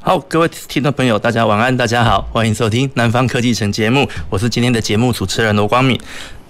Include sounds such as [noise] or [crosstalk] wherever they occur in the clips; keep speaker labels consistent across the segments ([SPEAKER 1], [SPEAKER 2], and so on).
[SPEAKER 1] 好，各位听众朋友，大家晚安，大家好，欢迎收听《南方科技城》节目，我是今天的节目主持人罗光敏。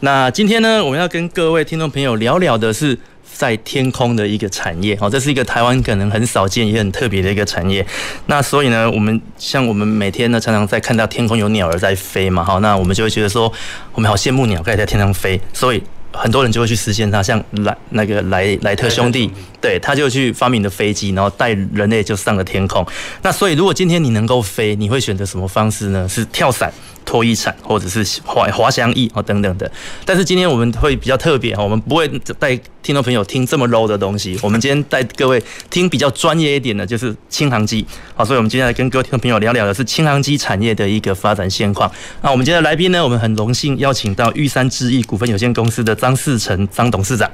[SPEAKER 1] 那今天呢，我们要跟各位听众朋友聊聊的是在天空的一个产业，哦，这是一个台湾可能很少见也很特别的一个产业。那所以呢，我们像我们每天呢，常常在看到天空有鸟儿在飞嘛，哈，那我们就会觉得说，我们好羡慕鸟可以在天上飞，所以。很多人就会去实现它，像莱那个莱莱特兄弟，对，他就去发明了飞机，然后带人类就上了天空。那所以，如果今天你能够飞，你会选择什么方式呢？是跳伞、脱衣伞，或者是滑滑翔翼哦等等的。但是今天我们会比较特别，哦我们不会带听众朋友听这么 low 的东西，我们今天带各位听比较专业一点的，就是轻航机。好，所以我们今天来跟各位听众朋友聊聊的是轻航机产业的一个发展现况。那我们今天的来宾呢，我们很荣幸邀请到玉山智易股份有限公司的张世成张董事长。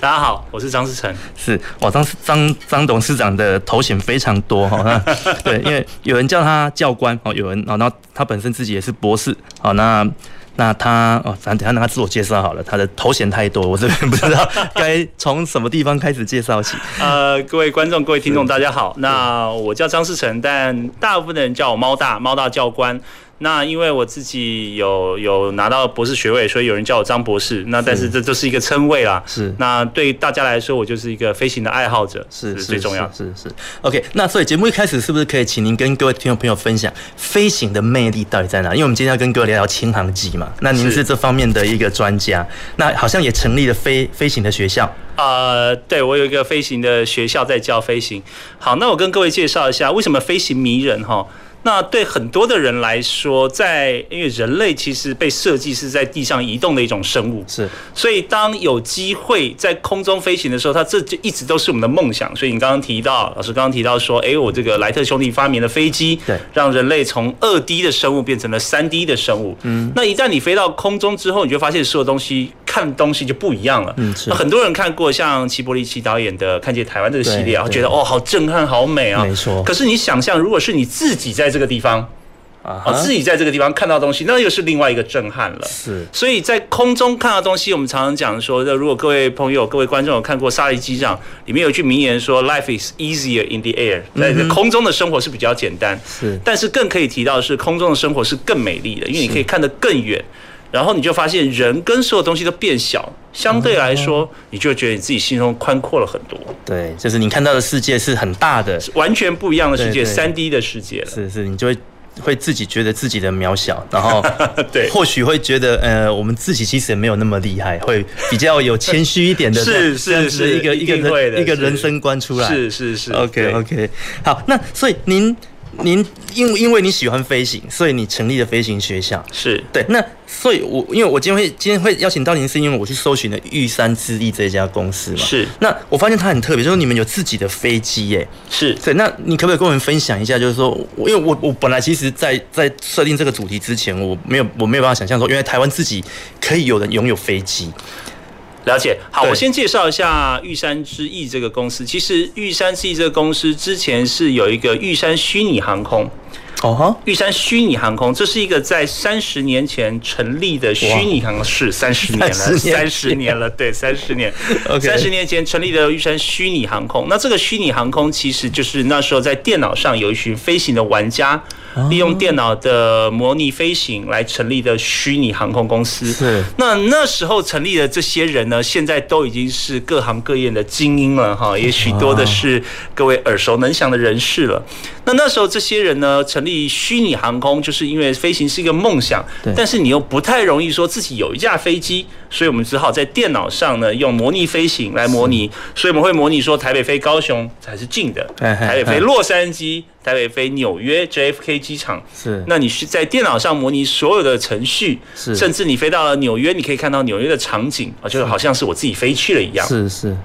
[SPEAKER 2] 大家好，我是张思成。
[SPEAKER 1] 是哇，张张张董事长的头衔非常多哈、
[SPEAKER 2] [laughs]
[SPEAKER 1] 那对，因为有人叫他教官哦，有人哦，然后他本身自己也是博士哦，那那他哦，咱等一下让他自我介绍好了，他的头衔太多，我这边不知
[SPEAKER 2] [laughs]
[SPEAKER 1] 道该从什么地方开始介绍起。
[SPEAKER 2] 呃，各位观众、各位听众，大家好。那我叫张思成，但大部分的人叫我猫大，猫大教官。那因为我自己有有拿到博士学位，所以有人叫我张博士。那但是这就是一个称谓啦。
[SPEAKER 1] 是
[SPEAKER 2] 那对大家来说，我就是一个飞行的爱好者，
[SPEAKER 1] 是
[SPEAKER 2] 这最重要。
[SPEAKER 1] 是是是 OK，那所以节目一开始是不是可以请您跟各位听众朋友分享飞行的魅力到底在哪？因为我们今天要跟各位聊聊轻航机嘛，那您
[SPEAKER 2] 是
[SPEAKER 1] 是这方面的一个专家，那好像也成立了飞飞行的学校。
[SPEAKER 2] 呃，对我有一个飞行的学校在教飞行。好，那我跟各位介绍一下为什么飞行迷人哈。那对很多的人来说，在因为人类其实被设计是在地上移动的一种生物，
[SPEAKER 1] 是
[SPEAKER 2] 所以当有机会在空中飞行的时候，它这就一直都是我们的梦想。所以你刚刚提到，老师刚刚提到说，诶，哎我这个莱特兄弟发明了飞机，
[SPEAKER 1] 对
[SPEAKER 2] 让人类从二 D 的生物变成了三 D 的生物。嗯，那一旦你飞到空中之后，你就发现所有东西看东西就不一样了。
[SPEAKER 1] 嗯是
[SPEAKER 2] 那很多人看过像齐伯利奇导演的《看见台湾》这个系
[SPEAKER 1] 对
[SPEAKER 2] 列啊，
[SPEAKER 1] 对
[SPEAKER 2] 觉得哦好震撼，好美啊。
[SPEAKER 1] 没错
[SPEAKER 2] 可是你想象，如果是你自己在这个地方，
[SPEAKER 1] 啊
[SPEAKER 2] 啊，自己在这个地方看到东西，那又是另外一个震撼了。
[SPEAKER 1] 是
[SPEAKER 2] 所以在空中看到东西，我们常常讲说，那如果各位朋友、各位观众有看过《沙利机长》，里面有一句名言说：“Life is easier in the air。”在空中的生活是比较简单，
[SPEAKER 1] 嗯是
[SPEAKER 2] 但是更可以提到的是，空中的生活是更美丽的，因为你可以看得更远，然后你就发现人跟所有东西都变小，相对来
[SPEAKER 1] 嗯
[SPEAKER 2] 说，你就觉得你自己心中宽阔了很多，
[SPEAKER 1] 对，就是你看到的世界是很大的，
[SPEAKER 2] 完全不一样的世界，
[SPEAKER 1] 对对
[SPEAKER 2] 三 D 的世界了。
[SPEAKER 1] 是是，你就会会自己觉得自己的渺小，然后
[SPEAKER 2] [laughs] 对
[SPEAKER 1] 或许会觉得呃，我们自己其实也没有那么厉害，会比较有谦虚一点的这样，
[SPEAKER 2] 是是
[SPEAKER 1] 这样子的
[SPEAKER 2] 是
[SPEAKER 1] 一个
[SPEAKER 2] 一
[SPEAKER 1] 一个
[SPEAKER 2] 定会的
[SPEAKER 1] 人一个
[SPEAKER 2] 是
[SPEAKER 1] 人生观出来，
[SPEAKER 2] 是是是
[SPEAKER 1] OK
[SPEAKER 2] 对
[SPEAKER 1] OK，好，那所以您您因因为你喜欢飞行，所以你成立了飞行学校，
[SPEAKER 2] 是
[SPEAKER 1] 对，那所以我，因为我今天会今天会邀请到您，是因为我去搜寻了玉山之力这家公司嘛。
[SPEAKER 2] 是
[SPEAKER 1] 那我发现它很特别，就是你们有自己的飞机耶。
[SPEAKER 2] 是
[SPEAKER 1] 对，那你可不可以跟我们分享一下？就是说，我因为我我本来其实在，在设定这个主题之前，我没有我没有办法想象说，原来台湾自己可以有人拥有飞机。
[SPEAKER 2] 了解，好，
[SPEAKER 1] 对
[SPEAKER 2] 我先介绍一下玉山之翼这个公司。其实玉山之翼这个公司之前是有一个玉山虚拟航空，
[SPEAKER 1] 哦哈，
[SPEAKER 2] 玉山虚拟航空，这是一个在三十年前成立的虚拟航空，是三十年了，
[SPEAKER 1] 30年
[SPEAKER 2] 三十年
[SPEAKER 1] [laughs]
[SPEAKER 2] 了，对，三十年
[SPEAKER 1] OK，
[SPEAKER 2] 三十年前成立的玉山虚拟航空。那这个虚拟航空其实就是那时候在电脑上有一群飞行的玩家，
[SPEAKER 1] 哦
[SPEAKER 2] 利用电脑的模拟飞行来成立的虚拟航空公司。
[SPEAKER 1] 是
[SPEAKER 2] 那那时候成立的这些人呢，现在都已经是各行各业的精英了哈，也许多的是各位耳熟能详的人士了。那那时候这些人呢，成立虚拟航空，就是因为飞行是一个梦想
[SPEAKER 1] 对，
[SPEAKER 2] 但是你又不太容易说自己有一架飞机，所以我们只好在电脑上呢用模拟飞行来模拟，所以我们会模拟说台北飞高雄才是近的，
[SPEAKER 1] 嘿嘿嘿
[SPEAKER 2] 台北飞洛杉矶。台北飞纽约 JFK 机场，
[SPEAKER 1] 是
[SPEAKER 2] 那你是在电脑上模拟所有的程序，
[SPEAKER 1] 是
[SPEAKER 2] 甚至你飞到了纽约，你可以看到纽约的场景啊，就好像是我自己飞去了一样。
[SPEAKER 1] 是是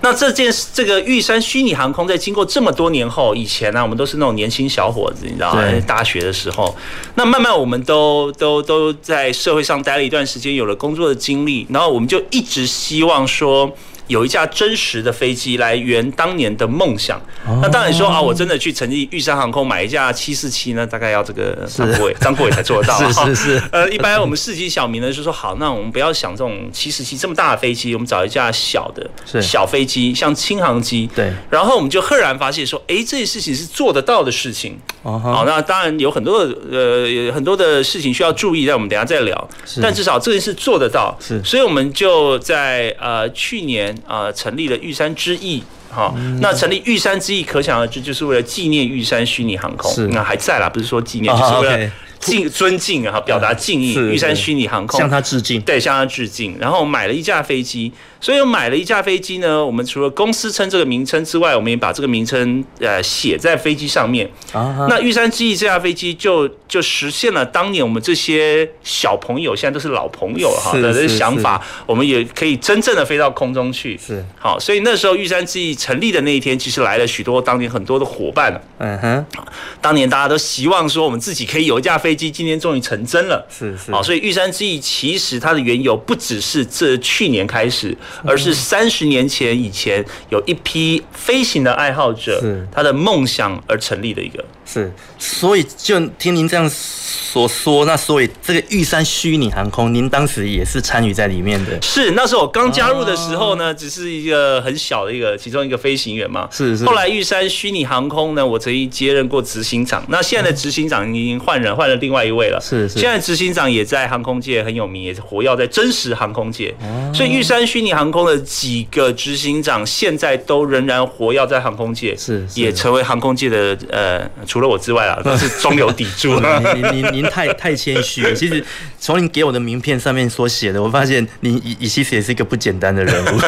[SPEAKER 2] 那这件事，这个玉山虚拟航空在经过这么多年后，以前呢、啊我们都是那种年轻小伙子，你知道吗
[SPEAKER 1] 对？
[SPEAKER 2] 大学的时候，那慢慢我们都都都在社会上待了一段时间，有了工作的经历，然后我们就一直希望说。有一架真实的飞机来圆当年的梦想。
[SPEAKER 1] 哦
[SPEAKER 2] 那当然说啊，我真的去成立玉山航空买一架七四七呢，大概要这个张国伟，张国伟才做得
[SPEAKER 1] [laughs]
[SPEAKER 2] 到。
[SPEAKER 1] 是是是
[SPEAKER 2] [laughs] 呃，一般我们市级小民呢就说好，那我们不要想这种七十七这么大的飞机，我们找一架小的
[SPEAKER 1] 是
[SPEAKER 2] 小飞机，像轻航机。
[SPEAKER 1] 对
[SPEAKER 2] 然后我们就赫然发现说，哎，这些事情是做得到的事情。
[SPEAKER 1] 哦哈
[SPEAKER 2] 好，那当然有很多的呃有很多的事情需要注意，但我们等一下再聊。但至少这件事做得到，
[SPEAKER 1] 是
[SPEAKER 2] 所以我们就在呃去年呃成立了玉山之翼。好，
[SPEAKER 1] 嗯
[SPEAKER 2] 那成立玉山之翼，可想而知，就是为了纪念玉山虚拟航空。
[SPEAKER 1] 是
[SPEAKER 2] 那还在啦，不是说纪念，
[SPEAKER 1] 啊
[SPEAKER 2] 就是为
[SPEAKER 1] OK
[SPEAKER 2] 了敬尊敬啊，表达敬意。
[SPEAKER 1] 是
[SPEAKER 2] 玉山虚拟航空
[SPEAKER 1] 向他致敬。
[SPEAKER 2] 对，向他致敬。然后我买了一架飞机，所以我买了一架飞机呢。我们除了公司称这个名称之外，我们也把这个名称呃写在飞机上面。
[SPEAKER 1] 啊哈
[SPEAKER 2] 那玉山之翼这架飞机就就实现了当年我们这些小朋友，现在都是老朋友了哈
[SPEAKER 1] 是
[SPEAKER 2] 的
[SPEAKER 1] 是
[SPEAKER 2] 这想法，我们也可以真正的飞到空中去。
[SPEAKER 1] 是
[SPEAKER 2] 好，所以那时候玉山之翼成立的那一天，其实来了许多当年很多的伙伴。
[SPEAKER 1] 嗯哼，
[SPEAKER 2] 当年大家都希望说我们自己可以有一架飞机，今天终于成真了。
[SPEAKER 1] 是是
[SPEAKER 2] 好、所以玉山之翼其实它的缘由不只是这去年开始，而
[SPEAKER 1] 嗯
[SPEAKER 2] 是三十年前以前有一批飞行的爱好者
[SPEAKER 1] 是，
[SPEAKER 2] 他的梦想而成立的一个。
[SPEAKER 1] 是，所以就听您这样所说，那所以这个玉山虚拟航空，您当时也是参与在里面的。
[SPEAKER 2] 是那时候我刚加入的时
[SPEAKER 1] 啊
[SPEAKER 2] 候呢，只是一个很小的一个其中一个飞行员嘛。
[SPEAKER 1] 是是
[SPEAKER 2] 后来玉山虚拟航空呢，我曾经接任过执行长。那现在的执行长已经换人，换了另外一位了。
[SPEAKER 1] 是是
[SPEAKER 2] 现在执行长也在航空界很有名，也是活跃在真实航空界。
[SPEAKER 1] 哦
[SPEAKER 2] 所以玉山虚拟航空的几个执行长现在都仍然活跃在航空界，
[SPEAKER 1] 是是
[SPEAKER 2] 也成为航空界的呃，除了我之外啊，都是中流砥
[SPEAKER 1] [laughs]
[SPEAKER 2] 柱。 [laughs]
[SPEAKER 1] 您
[SPEAKER 2] 嗯
[SPEAKER 1] 您您您太太谦虚了。其实从您给我的名片上面所写的，我发现您也也其实也是一个不简单的人
[SPEAKER 2] [laughs]
[SPEAKER 1] 物。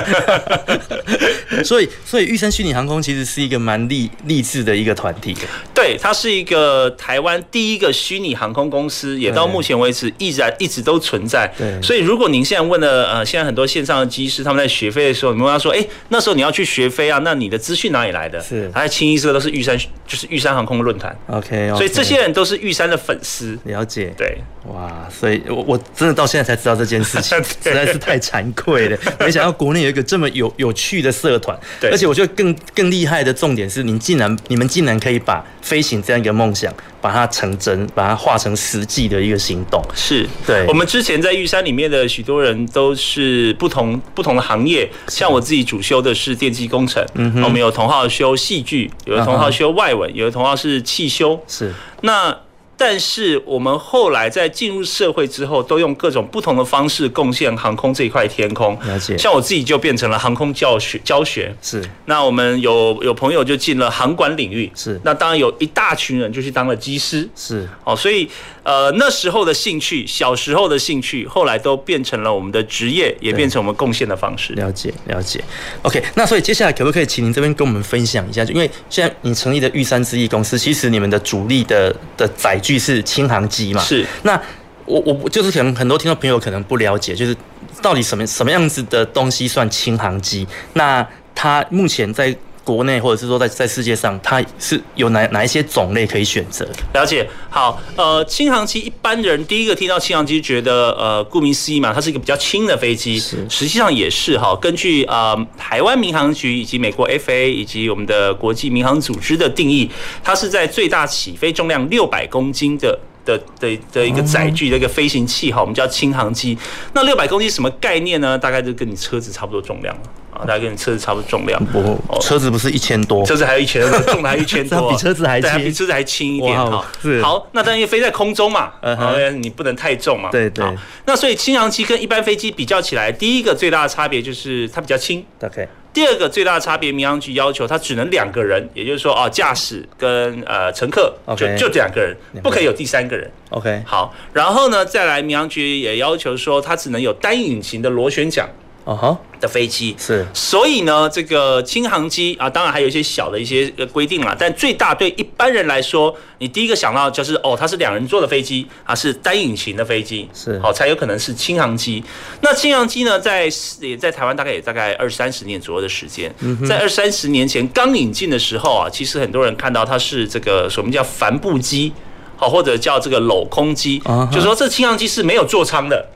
[SPEAKER 1] 所以所以玉山虚拟航空其实是一个蛮励励志的一个团体。
[SPEAKER 2] 对，它是一个台湾第一个虚拟航空公司，也到
[SPEAKER 1] 对
[SPEAKER 2] 目前为止依然一直都存在。
[SPEAKER 1] 对
[SPEAKER 2] 所以如果您现在问了，呃，现在很多线上的机师他们在学飞的时候，你问他说，哎，那时候你要去学飞啊，那你的资讯哪里来的？
[SPEAKER 1] 是
[SPEAKER 2] 他清一色都是玉山，就是玉山航空论坛，
[SPEAKER 1] OK，, o
[SPEAKER 2] 所以这些人都是玉山的粉丝。
[SPEAKER 1] 了解。
[SPEAKER 2] 对，
[SPEAKER 1] 哇，所以我我真的到现在才知道这件事
[SPEAKER 2] [laughs]
[SPEAKER 1] 情，实在是太惭愧了。没想到国内有一个这么有有趣的社团，
[SPEAKER 2] 对
[SPEAKER 1] 而且我觉得更更厉害的重点是，您竟然你们竟然可以把飞行这样一个梦想，把它成真，把它化成实际的一个行动。
[SPEAKER 2] 是
[SPEAKER 1] 对
[SPEAKER 2] 我们之前在玉山里面的许多人都是不同不同的行业，像我自己主修的是电机工程，嗯、我们有同号修戏剧，有的同
[SPEAKER 1] 嗯
[SPEAKER 2] 号
[SPEAKER 1] 哼
[SPEAKER 2] 修外文，有的同号是汽修，
[SPEAKER 1] 是
[SPEAKER 2] 那但是我们后来在进入社会之后，都用各种不同的方式贡献航空这一块天空。
[SPEAKER 1] 了解
[SPEAKER 2] 像我自己就变成了航空教学教学。
[SPEAKER 1] 是
[SPEAKER 2] 那我们有有朋友就进了航管领域，
[SPEAKER 1] 是
[SPEAKER 2] 那当然有一大群人就去当了机师。
[SPEAKER 1] 是，
[SPEAKER 2] 哦，所以呃那时候的兴趣，小时候的兴趣，后来都变成了我们的职业，也变成我们贡献的方式。
[SPEAKER 1] 了解了解。OK，那所以接下来可不可以请您这边跟我们分享一下？就因为现在你成立的玉山之翼公司，其实你们的主力的的载具是轻航机嘛？
[SPEAKER 2] 是
[SPEAKER 1] 那我我我就是可能很多听众朋友可能不了解，就是到底什么什么样子的东西算轻航机？那它目前在国内或者是说在在世界上，它是有哪哪一些种类可以选择？
[SPEAKER 2] 了解，好，呃，轻航机一般人第一个听到轻航机，觉得呃，顾名思义嘛，它是一个比较轻的飞机，
[SPEAKER 1] 是
[SPEAKER 2] 实际上也是哈。根据呃台湾民航局以及美国 FA 以及我们的国际民航组织的定义，它是在最大起飞重量六百公斤的。的的的一个载具的一个飞行器哈，我们叫轻航机。那六百公斤是什么概念呢？大概就跟你车子差不多重量了啊，大概跟你车子差不多重量。
[SPEAKER 1] 我
[SPEAKER 2] 哦
[SPEAKER 1] 车子不是一千多？
[SPEAKER 2] 车子还有一千多，重的还有一千多，
[SPEAKER 1] [laughs] 这比车子还轻
[SPEAKER 2] 对啊比车子还轻一点
[SPEAKER 1] 哇哦
[SPEAKER 2] 哈
[SPEAKER 1] 是。
[SPEAKER 2] 好，那当然因为飞在空中嘛，
[SPEAKER 1] 嗯哼
[SPEAKER 2] 好你不能太重嘛。
[SPEAKER 1] 对对
[SPEAKER 2] 好那所以轻航机跟一般飞机比较起来，第一个最大的差别就是它比较轻。
[SPEAKER 1] OK，
[SPEAKER 2] 第二个最大的差别，民航局要求它只能两个人，也就是说啊，驾驶跟呃乘客
[SPEAKER 1] OK
[SPEAKER 2] 就就两个人，
[SPEAKER 1] 两个人
[SPEAKER 2] 不可以有第三个人。
[SPEAKER 1] OK，
[SPEAKER 2] 好，然后呢，再来民航局也要求说，它只能有单引擎的螺旋桨。
[SPEAKER 1] 哦哈，
[SPEAKER 2] 的飞机。
[SPEAKER 1] 是
[SPEAKER 2] 所以呢，这个轻航机啊，当然还有一些小的一些呃规定啦，但最大对一般人来说，你第一个想到就是哦，它是两人座的飞机，它是单引擎的飞机，
[SPEAKER 1] 是
[SPEAKER 2] 好、才有可能是轻航机。那轻航机呢，在也在台湾大概也大概二三十年左右的时间，
[SPEAKER 1] 嗯
[SPEAKER 2] 在二三十年前刚引进的时候啊，其实很多人看到它是这个什么叫帆布机，好、或者叫这个镂空机
[SPEAKER 1] 啊哈
[SPEAKER 2] 就说这轻航机是没有座舱的。
[SPEAKER 1] 哦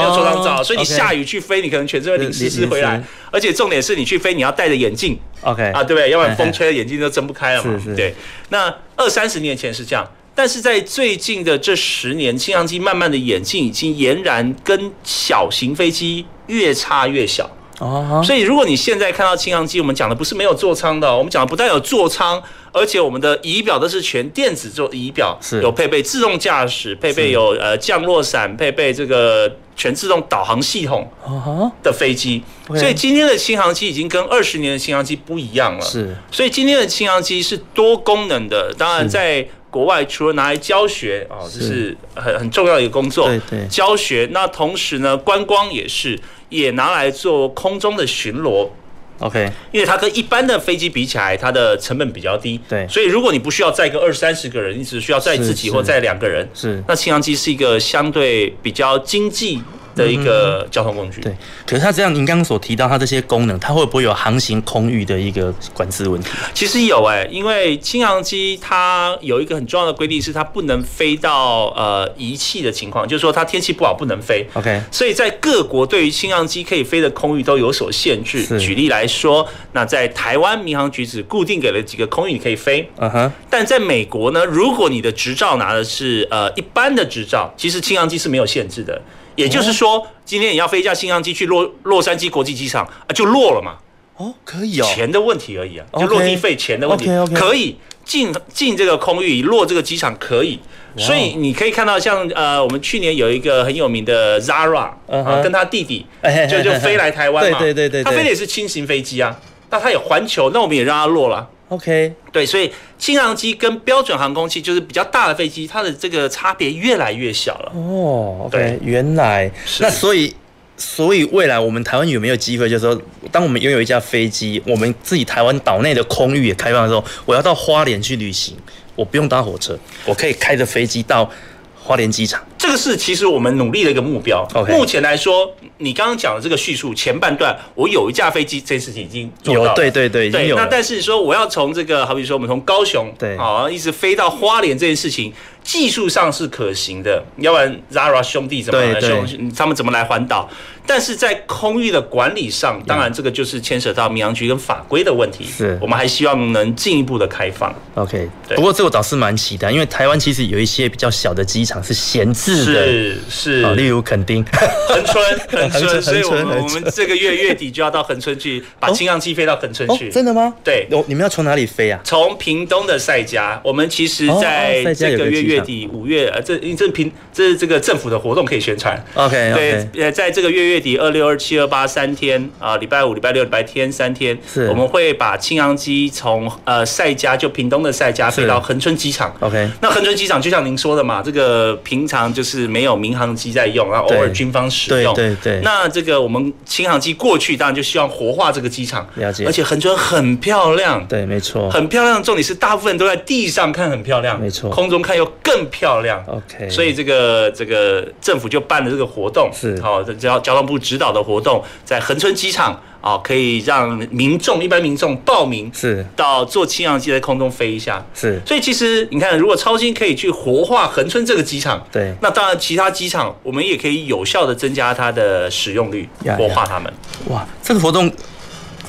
[SPEAKER 2] 没有做张照，所以你
[SPEAKER 1] OK
[SPEAKER 2] 下雨去飞，你可能全身会淋湿湿回
[SPEAKER 1] 淋
[SPEAKER 2] 来
[SPEAKER 1] 淋湿。
[SPEAKER 2] 而且重点是你去飞，你要戴着眼镜
[SPEAKER 1] OK
[SPEAKER 2] 啊，对不对？要不然
[SPEAKER 1] 哎
[SPEAKER 2] 风
[SPEAKER 1] 哎
[SPEAKER 2] 吹了眼睛都睁不开了嘛
[SPEAKER 1] 是是。
[SPEAKER 2] 对，那二三十年前是这样。但是在最近的这十年，轻航机慢慢的演进，已经俨然跟小型飞机越差越小。
[SPEAKER 1] 哦哈，
[SPEAKER 2] 所以，如果你现在看到轻航机，我们讲的不是没有座舱的哦，我们讲的不但有座舱，而且我们的仪表都是全电子座仪表
[SPEAKER 1] 是，
[SPEAKER 2] 有配备自动驾驶，配备有呃降落伞，配备这个全自动导航系统
[SPEAKER 1] 哦哈，
[SPEAKER 2] 的飞机。
[SPEAKER 1] OK
[SPEAKER 2] 所以今天的轻航机已经跟二十年的轻航机不一样了。
[SPEAKER 1] 是
[SPEAKER 2] 所以今天的轻航机是多功能的，当然
[SPEAKER 1] 是
[SPEAKER 2] 在国外除了拿来教学哦，这是很很重要的一个工作，
[SPEAKER 1] 对对
[SPEAKER 2] 教学。那同时呢，观光也是也拿来做空中的巡逻。
[SPEAKER 1] OK，
[SPEAKER 2] 因为它跟一般的飞机比起来，它的成本比较低。
[SPEAKER 1] 对
[SPEAKER 2] 所以如果你不需要载个二三十个人，你只需要载自己
[SPEAKER 1] 是
[SPEAKER 2] 或载两个人，
[SPEAKER 1] 是
[SPEAKER 2] 那轻航机是一个相对比较经济的一
[SPEAKER 1] 嗯
[SPEAKER 2] 个交通工具。
[SPEAKER 1] 对。可是它这样，您刚刚所提到它这些功能，它会不会有航行空域的一个管制问题？
[SPEAKER 2] 其实有哎、因为轻航机它有一个很重要的规定是它不能飞到呃仪器的情况，就是说它天气不好不能飞。
[SPEAKER 1] OK
[SPEAKER 2] 所以在各国对于轻航机可以飞的空域都有所限制
[SPEAKER 1] 是。
[SPEAKER 2] 举例来说，那在台湾民航局只固定给了几个空域你可以飞。
[SPEAKER 1] 嗯哼，
[SPEAKER 2] 但在美国呢，如果你的执照拿的是呃一般的执照，其实轻航机是没有限制的。也就是说，今天你要飞一架轻航机去洛洛杉矶国际机场啊，就落了嘛，
[SPEAKER 1] 哦，可以哦，
[SPEAKER 2] 钱的问题而已啊，
[SPEAKER 1] OK
[SPEAKER 2] 就落地费钱的问题
[SPEAKER 1] OK，OK
[SPEAKER 2] 可以进进这个空域，落这个机场可以。
[SPEAKER 1] 哦
[SPEAKER 2] 所以你可以看到像，呃，我们去年有一个很有名的 Zara
[SPEAKER 1] 嗯
[SPEAKER 2] 啊
[SPEAKER 1] 哼，
[SPEAKER 2] 跟他弟弟
[SPEAKER 1] 哎哎
[SPEAKER 2] 就就
[SPEAKER 1] 哎哎
[SPEAKER 2] 飞来台湾
[SPEAKER 1] [laughs]
[SPEAKER 2] 嘛，
[SPEAKER 1] 对对对对对
[SPEAKER 2] 他飞的也是轻型飞机啊，那他有环球，那我们也让他落了。
[SPEAKER 1] OK，
[SPEAKER 2] 对，所以轻航机跟标准航空器就是比较大的飞机，它的这个差别越来越小了。
[SPEAKER 1] 哦，OK，
[SPEAKER 2] 对
[SPEAKER 1] 原来
[SPEAKER 2] 是
[SPEAKER 1] 那所以。所以未来我们台湾有没有机会，就是说，当我们拥有一架飞机，我们自己台湾岛内的空域也开放的时候，我要到花莲去旅行，我不用搭火车，我可以开着飞机到花莲机场。
[SPEAKER 2] 这个是其实我们努力的一个目标。
[SPEAKER 1] OK
[SPEAKER 2] 目前来说，你刚刚讲的这个叙述前半段，我有一架飞机，这件事情已经做到
[SPEAKER 1] 有
[SPEAKER 2] 了。
[SPEAKER 1] 对对对，已经
[SPEAKER 2] 对，
[SPEAKER 1] 有
[SPEAKER 2] 那
[SPEAKER 1] 了。
[SPEAKER 2] 但是说我要从这个，好比说我们从高雄，
[SPEAKER 1] 对
[SPEAKER 2] 好、一直飞到花莲这件事情，技术上是可行的，要不然 Zara 兄弟怎么来
[SPEAKER 1] 对对
[SPEAKER 2] 兄他们怎么来环岛？但是在空域的管理上，当然这个就是牵扯到民航局跟法规的问题，
[SPEAKER 1] 是
[SPEAKER 2] 我们还希望能进一步的开放。
[SPEAKER 1] OK，
[SPEAKER 2] 对
[SPEAKER 1] 不过这我倒是蛮期待，因为台湾其实有一些比较小的机场是闲置的，
[SPEAKER 2] 是是，
[SPEAKER 1] 啊，例如垦丁。
[SPEAKER 2] 恒
[SPEAKER 1] [laughs]
[SPEAKER 2] 春，恒
[SPEAKER 1] 恒春
[SPEAKER 2] 春，所以我
[SPEAKER 1] 恒
[SPEAKER 2] 们
[SPEAKER 1] 春
[SPEAKER 2] 我们这个月月底就要到恒春去，把
[SPEAKER 1] 哦
[SPEAKER 2] 氢氧气飞到恒春
[SPEAKER 1] 哦
[SPEAKER 2] 去。，
[SPEAKER 1] 真的吗？
[SPEAKER 2] 对
[SPEAKER 1] 哦，你们要从哪里飞啊？
[SPEAKER 2] 从屏东的赛家，我们其实
[SPEAKER 1] 哦哦
[SPEAKER 2] 在
[SPEAKER 1] 赛家有
[SPEAKER 2] 这
[SPEAKER 1] 个
[SPEAKER 2] 个月
[SPEAKER 1] 机
[SPEAKER 2] 月
[SPEAKER 1] 场
[SPEAKER 2] 底五月，呃，这这平这是这个政府的活动可以宣传。
[SPEAKER 1] OK，OK
[SPEAKER 2] 对，呃，在这个月月底二六、二七、二八三天啊，礼拜五、礼拜六、礼拜天三天
[SPEAKER 1] 是，
[SPEAKER 2] 我们会把青阳机从呃赛家，就屏东的赛家飞
[SPEAKER 1] 是
[SPEAKER 2] 到恒春机场。
[SPEAKER 1] OK
[SPEAKER 2] 那恒春机场就像您说的嘛，这个平常就是没有民航机在用，然后偶尔
[SPEAKER 1] 对
[SPEAKER 2] 军方使用。
[SPEAKER 1] 对对对
[SPEAKER 2] 那这个我们轻航机过去，当然就希望活化这个机场，
[SPEAKER 1] 了解
[SPEAKER 2] 而且恒春很漂亮。
[SPEAKER 1] 对，没错。
[SPEAKER 2] 很漂亮，重点是大部分都在地上看很漂亮，
[SPEAKER 1] 哦没错
[SPEAKER 2] 空中看又更漂亮。
[SPEAKER 1] OK
[SPEAKER 2] 所以这个这个政府就办了这个活动，
[SPEAKER 1] 是
[SPEAKER 2] 好、这交交通部指导的活动，在恒春机场啊、可以让民众一般民众报名
[SPEAKER 1] 是
[SPEAKER 2] 到坐氢氧机在空中飞一下。
[SPEAKER 1] 是
[SPEAKER 2] 所以其实你看，如果超新可以去活化恒春这个机场，
[SPEAKER 1] 对
[SPEAKER 2] 那当然其他机场我们也可以有效的增加它的使用率
[SPEAKER 1] 呀，
[SPEAKER 2] 活化它们。
[SPEAKER 1] 哇，这个活动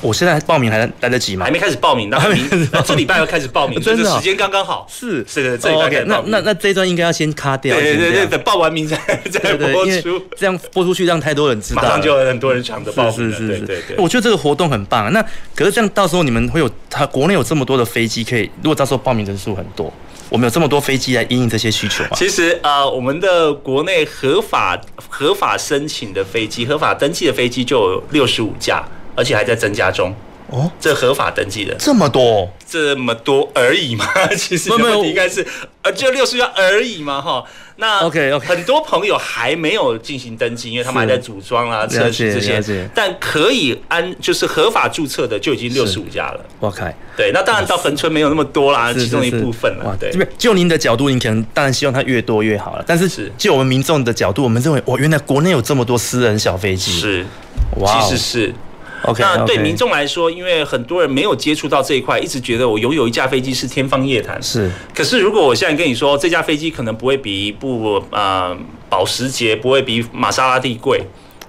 [SPEAKER 1] 我现在报名还来得及吗
[SPEAKER 2] 还？没开始报名，那明那这礼拜要开始报
[SPEAKER 1] [laughs]
[SPEAKER 2] 名，
[SPEAKER 1] 真的哦
[SPEAKER 2] 所以这时间刚刚好。
[SPEAKER 1] 是
[SPEAKER 2] 是的，这礼
[SPEAKER 1] 哦
[SPEAKER 2] 拜
[SPEAKER 1] OK，
[SPEAKER 2] 开始
[SPEAKER 1] 那
[SPEAKER 2] 报名
[SPEAKER 1] 那那这一段应该要先卡掉，
[SPEAKER 2] 对
[SPEAKER 1] 先这
[SPEAKER 2] 对对，
[SPEAKER 1] 样
[SPEAKER 2] 等报完名再 [laughs] 再
[SPEAKER 1] 对
[SPEAKER 2] 播
[SPEAKER 1] 对，因为
[SPEAKER 2] 出，
[SPEAKER 1] 这样播出去让太多人知道
[SPEAKER 2] [laughs] 马
[SPEAKER 1] 了，
[SPEAKER 2] 上就有很多人抢着报名
[SPEAKER 1] 是
[SPEAKER 2] 了。
[SPEAKER 1] 是是
[SPEAKER 2] 对
[SPEAKER 1] 是，
[SPEAKER 2] 对对
[SPEAKER 1] 我。觉得这个活动很棒啊。那可是这样，到时候你们会有它国内有这么多的飞机可以，如果到时候报名人数很多，我们有这么多飞机来应应这些需求嘛？
[SPEAKER 2] 其实呃，我们的国内合法合法申请的飞机、合法登记的飞机就有六十五架，而且还在增加中。哦，这合法登记的
[SPEAKER 3] 这么多，
[SPEAKER 2] 这么多而已嘛。 [laughs] 其实
[SPEAKER 1] 没有没有
[SPEAKER 2] 问题应该是呃，就六十元而已嘛，哈。那
[SPEAKER 1] OK，OK
[SPEAKER 2] 很多朋友还没有进行登记，因为他们还
[SPEAKER 1] 是
[SPEAKER 2] 在组装啦、
[SPEAKER 1] 解
[SPEAKER 2] 测试这
[SPEAKER 1] 了
[SPEAKER 2] 些
[SPEAKER 1] 解。
[SPEAKER 2] 但可以安就是合法注册的就已经六十五家了。
[SPEAKER 1] 哇开。
[SPEAKER 2] 对，那当然到恒春没有那么多啦，
[SPEAKER 1] 是
[SPEAKER 2] 其中一
[SPEAKER 1] 是是
[SPEAKER 2] 部分了
[SPEAKER 1] 哇。
[SPEAKER 2] 对
[SPEAKER 1] 这，边就您的角度，你可能当然希望它越多越好了。但是
[SPEAKER 2] 是
[SPEAKER 1] 就我们民众的角度，我们认为，哇，原来国内有这么多私人小飞机，
[SPEAKER 2] 是，
[SPEAKER 1] 哇哦，
[SPEAKER 2] 其实是。
[SPEAKER 1] OK，
[SPEAKER 2] 那对
[SPEAKER 1] OK
[SPEAKER 2] 民众来说，因为很多人没有接触到这一块，一直觉得我拥有一架飞机是天方夜谭。
[SPEAKER 1] 是
[SPEAKER 2] 可是如果我现在跟你说，这架飞机可能不会比一部呃保时捷，不会比玛莎拉蒂贵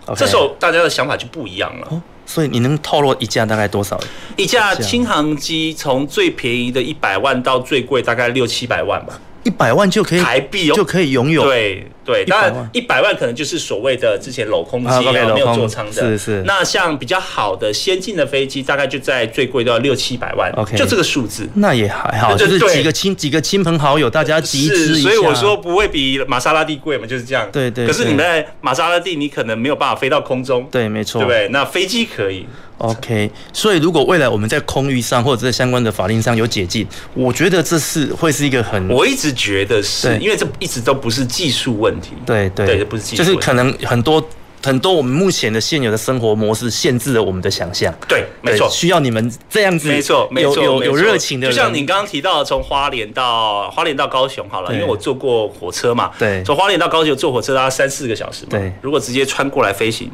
[SPEAKER 1] OK 哦
[SPEAKER 2] 这时候大家的想法就不一样了。
[SPEAKER 1] 所以你能透露一架大概多少？
[SPEAKER 2] 一架轻航机从最便宜的一百万到最贵大概六七百万吧，
[SPEAKER 1] 一百万就可以
[SPEAKER 2] 台币哦
[SPEAKER 1] 就可以拥有，
[SPEAKER 2] 对对，
[SPEAKER 1] 100
[SPEAKER 2] 当
[SPEAKER 1] 万
[SPEAKER 2] 然一百万可能就是所谓的之前镂空机
[SPEAKER 1] 啊
[SPEAKER 2] 啊，
[SPEAKER 1] ，OK，
[SPEAKER 2] 没有
[SPEAKER 1] 镂空
[SPEAKER 2] 座舱的，
[SPEAKER 1] 是是
[SPEAKER 2] 那像比较好的先进的飞机，大概就在最贵都要六七百万
[SPEAKER 1] OK
[SPEAKER 2] 就这个数字。
[SPEAKER 1] 那也还好，就
[SPEAKER 2] 对
[SPEAKER 1] 是
[SPEAKER 2] 对对
[SPEAKER 1] 几个亲几个亲朋好友，大家集
[SPEAKER 2] 是，
[SPEAKER 1] 资一下。
[SPEAKER 2] 所以我说不会比玛莎拉蒂贵嘛，就是这样。
[SPEAKER 1] 对对
[SPEAKER 2] 可是
[SPEAKER 1] 对
[SPEAKER 2] 你在玛莎拉蒂，你可能没有办法飞到空中，
[SPEAKER 1] 对，没错，
[SPEAKER 2] 对不对？那飞机可以，
[SPEAKER 1] OK，所以如果未来我们在空域上或者在相关的法令上有解禁，我觉得这是会是一个很
[SPEAKER 2] 我一直觉得是
[SPEAKER 1] 对
[SPEAKER 2] 因为这一直都不是技术问题。
[SPEAKER 1] 对对
[SPEAKER 2] 对这不是技术
[SPEAKER 1] 就是
[SPEAKER 2] 问题
[SPEAKER 1] 可能很多很多我们目前的现有的生活模式限制了我们的想象。
[SPEAKER 2] 对，没错
[SPEAKER 1] 对。需要你们这样子，
[SPEAKER 2] 没错，没
[SPEAKER 1] 有
[SPEAKER 2] 错，
[SPEAKER 1] 有
[SPEAKER 2] 没
[SPEAKER 1] 有
[SPEAKER 2] 错
[SPEAKER 1] 热情的
[SPEAKER 2] 就
[SPEAKER 1] 人，
[SPEAKER 2] 像你刚刚提到，从花莲到花莲到高雄好了，
[SPEAKER 1] 对
[SPEAKER 2] 因为我坐过火车嘛，
[SPEAKER 1] 对
[SPEAKER 2] 从花莲到高雄坐火车大概三四个小时嘛，
[SPEAKER 1] 对
[SPEAKER 2] 如果直接穿过来飞行，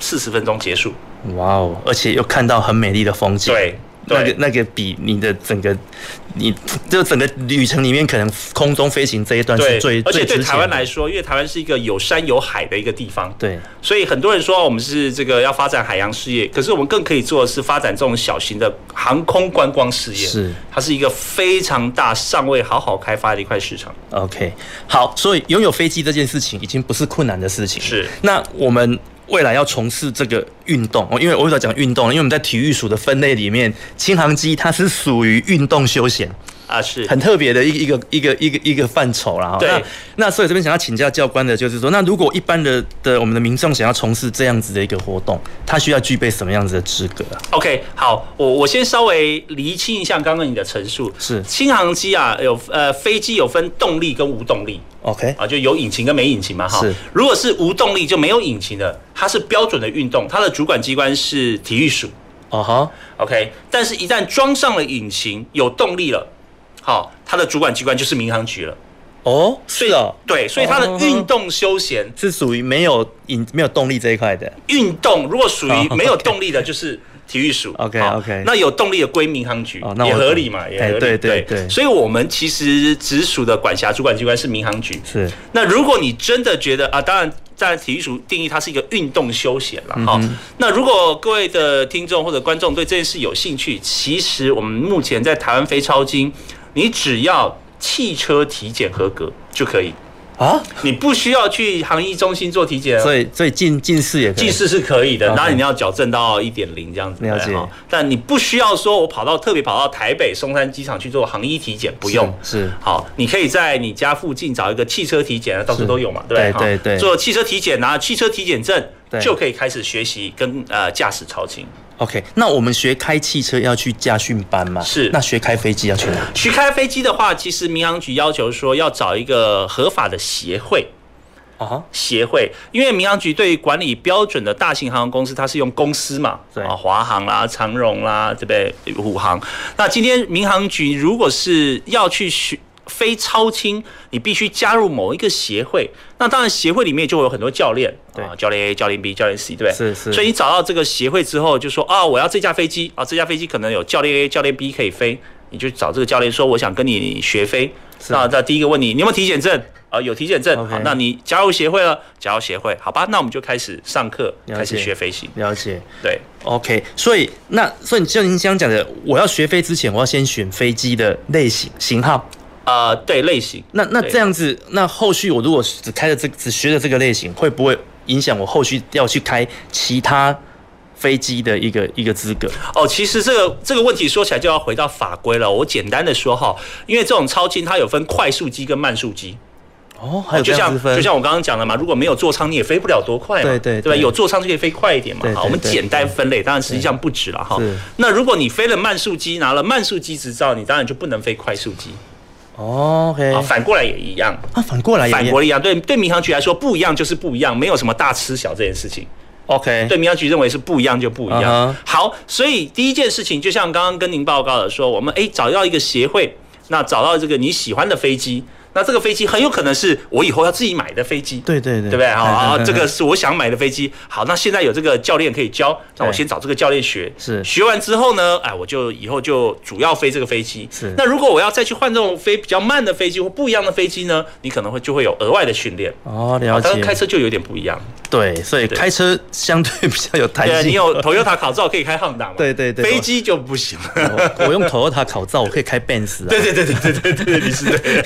[SPEAKER 2] 四十分钟结束，
[SPEAKER 1] 哇哦，而且又看到很美丽的风景，
[SPEAKER 2] 对
[SPEAKER 1] 那个
[SPEAKER 2] 对
[SPEAKER 1] 那个比你的整个你就整个旅程里面，可能空中飞行这一段
[SPEAKER 2] 对
[SPEAKER 1] 是最，
[SPEAKER 2] 而
[SPEAKER 1] 最
[SPEAKER 2] 且对
[SPEAKER 1] 值钱
[SPEAKER 2] 台湾
[SPEAKER 1] 的
[SPEAKER 2] 来说，因为台湾是一个有山有海的一个地方，
[SPEAKER 1] 对
[SPEAKER 2] 所以很多人说我们是这个要发展海洋事业，可是我们更可以做的是发展这种小型的航空观光事业，
[SPEAKER 1] 是
[SPEAKER 2] 它是一个非常大、尚未好好开发的一块市场。
[SPEAKER 1] OK，好，所以拥有飞机这件事情已经不是困难的事情。
[SPEAKER 2] 是
[SPEAKER 1] 那我们未来要从事这个运动，哦，因为我为什么讲运动呢？因为我们在体育署的分类里面，轻航机它是属于运动休闲，
[SPEAKER 2] 啊，是
[SPEAKER 1] 很特别的一个一个一个一个一个范畴啦。哦
[SPEAKER 2] 对
[SPEAKER 1] 那那所以这边想要请教教官的就是说，那如果一般的的我们的民众想要从事这样子的一个活动，他需要具备什么样子的资格啊？
[SPEAKER 2] OK，好，我我先稍微厘清一下刚刚你的陈述。
[SPEAKER 1] 是
[SPEAKER 2] 轻航机啊，有呃飞机有分动力跟无动力
[SPEAKER 1] OK，
[SPEAKER 2] 啊，就有引擎跟没引擎嘛哈
[SPEAKER 1] 是。
[SPEAKER 2] 如果是无动力就没有引擎的，它是标准的运动，它的主管机关是体育署。
[SPEAKER 1] 哦哈，
[SPEAKER 2] OK，但是一旦装上了引擎，有动力了，好，它的主管机关就是民航局了。
[SPEAKER 1] 哦，是哦，
[SPEAKER 2] 对，所以它的
[SPEAKER 1] 哦
[SPEAKER 2] 运动休闲、
[SPEAKER 1] 是属于没有引没有动力这一块的。
[SPEAKER 2] 运动如果属于
[SPEAKER 1] 哦
[SPEAKER 2] 没有动力的，就是体育署。
[SPEAKER 1] OK，
[SPEAKER 2] 好
[SPEAKER 1] OK
[SPEAKER 2] 那有动力的归民航局
[SPEAKER 1] 哦那，我
[SPEAKER 2] 也合理嘛，
[SPEAKER 1] 懂
[SPEAKER 2] 也合
[SPEAKER 1] 哎
[SPEAKER 2] 理。
[SPEAKER 1] 对对对
[SPEAKER 2] 所以我们其实直属的管辖主管机关是民航局。
[SPEAKER 1] 是
[SPEAKER 2] 那如果你真的觉得啊，当然。在体育署定义它是一个运动休闲
[SPEAKER 1] 嗯
[SPEAKER 2] 了哈。那如果各位的听众或者观众对这件事有兴趣，其实我们目前在台湾飞超金，你只要汽车体检合格就可以，
[SPEAKER 1] 啊，
[SPEAKER 2] 你不需要去航医中心做体检哦。
[SPEAKER 1] 所以所以近近视也可以。
[SPEAKER 2] 近视是可以的
[SPEAKER 1] OK，
[SPEAKER 2] 当然你要矫正到一点零这样子。
[SPEAKER 1] 了解
[SPEAKER 2] 对哈但你不需要说我跑到特别跑到台北松山机场去做航医体检，不用。
[SPEAKER 1] 是是
[SPEAKER 2] 好，你可以在你家附近找一个汽车体检啊，到处都有嘛，对不
[SPEAKER 1] 对对
[SPEAKER 2] 哈
[SPEAKER 1] 对
[SPEAKER 2] 做汽车体检拿汽车体检证
[SPEAKER 1] 对
[SPEAKER 2] 就可以开始学习跟呃驾驶操勤。
[SPEAKER 1] OK，那我们学开汽车要去驾训班嘛？
[SPEAKER 2] 是
[SPEAKER 1] 那学开飞机要去哪？
[SPEAKER 2] 去开飞机的话，其实民航局要求说要找一个合法的协会。
[SPEAKER 1] 啊哈，
[SPEAKER 2] 协会，因为民航局对于管理标准的大型航空公司，它是用公司嘛，
[SPEAKER 1] 对
[SPEAKER 2] 啊，华航啦、长荣啦，对不对？虎航。那今天民航局如果是要去学飞超轻，你必须加入某一个协会。那当然，协会里面就会有很多教练，
[SPEAKER 1] 对
[SPEAKER 2] 啊，教练 A、教练 B、教练 C，对不对？
[SPEAKER 1] 是是
[SPEAKER 2] 所以你找到这个协会之后，就说啊，我要这架飞机啊，这架飞机可能有教练 A、教练 B 可以飞，你就找这个教练说，我想跟你学飞。那那第一个问你，你有没有体检证？啊，有体检证。
[SPEAKER 1] OK
[SPEAKER 2] 好，那你加入协会了？加入协会，好吧，那我们就开始上课，
[SPEAKER 1] 了解
[SPEAKER 2] 开始学飞行。
[SPEAKER 1] 了解。
[SPEAKER 2] 对，
[SPEAKER 1] OK，所以那所以就您刚讲的，我要学飞之前，我要先选飞机的类型型号。
[SPEAKER 2] 啊，对类型。
[SPEAKER 1] 那那
[SPEAKER 2] 对
[SPEAKER 1] 这样子，那后续我如果只开了这只学了这个类型，会不会影响我后续要去开其他飞机的一个一个资格？
[SPEAKER 2] 哦，其实这个这个问题说起来就要回到法规了。我简单的说哈，因为这种超轻它有分快速机跟慢速机。
[SPEAKER 1] 哦，还有这
[SPEAKER 2] 就
[SPEAKER 1] 样之
[SPEAKER 2] 像
[SPEAKER 1] 分，
[SPEAKER 2] 就像我刚刚讲的嘛，如果没有座舱，你也飞不了多快嘛，
[SPEAKER 1] 对对
[SPEAKER 2] 对吧？
[SPEAKER 1] 对
[SPEAKER 2] 有座舱就可以飞快一点嘛
[SPEAKER 1] 对。对
[SPEAKER 2] 好，我们
[SPEAKER 1] 对
[SPEAKER 2] 简单分类，当然实际上不止了哈
[SPEAKER 1] 是。
[SPEAKER 2] 那如果你飞了慢速机，拿了慢速机执照，你当然就不能飞快速机
[SPEAKER 1] 哦，OK，
[SPEAKER 2] 啊。反过来也一样，
[SPEAKER 1] 啊，反过来也
[SPEAKER 2] 反过来一样。对对，民航局来说不一样就是不一样，没有什么大吃小这件事情。
[SPEAKER 1] OK，
[SPEAKER 2] 对民航局认为是不一样就不一样。
[SPEAKER 1] 哎嗯哼
[SPEAKER 2] 好，所以第一件事情，就像刚刚跟您报告的说，我们诶哎找到一个协会，那找到这个你喜欢的飞机，那这个飞机很有可能是我以后要自己买的飞机。
[SPEAKER 1] 对对对，
[SPEAKER 2] 对不
[SPEAKER 1] [laughs]
[SPEAKER 2] 对？好，好，
[SPEAKER 1] 嗯
[SPEAKER 2] 这个是我想买的飞机。好，那现在有这个教练可以教，那我先找这个教练学。
[SPEAKER 1] 是
[SPEAKER 2] 学完之后呢，哎，我就以后就主要飞这个飞机。
[SPEAKER 1] 是
[SPEAKER 2] 那如果我要再去换这种飞比较慢的飞机或不一样的飞机呢，你可能会就会有额外的训练。
[SPEAKER 1] 哦，
[SPEAKER 2] 好
[SPEAKER 1] 了
[SPEAKER 2] 当然开
[SPEAKER 1] 解，
[SPEAKER 2] 车就有点不一样。
[SPEAKER 1] 对，所以
[SPEAKER 2] 对
[SPEAKER 1] 开车相对比较有弹
[SPEAKER 2] 对，啊
[SPEAKER 1] 性。
[SPEAKER 2] 你有 Toyota 考照可以开 Honda 嘛？
[SPEAKER 1] 对对对
[SPEAKER 2] 飞机就不行了。
[SPEAKER 1] 我我用 Toyota 考照，我可以开 Benz 啊。
[SPEAKER 2] 对对对对对对对，你是对。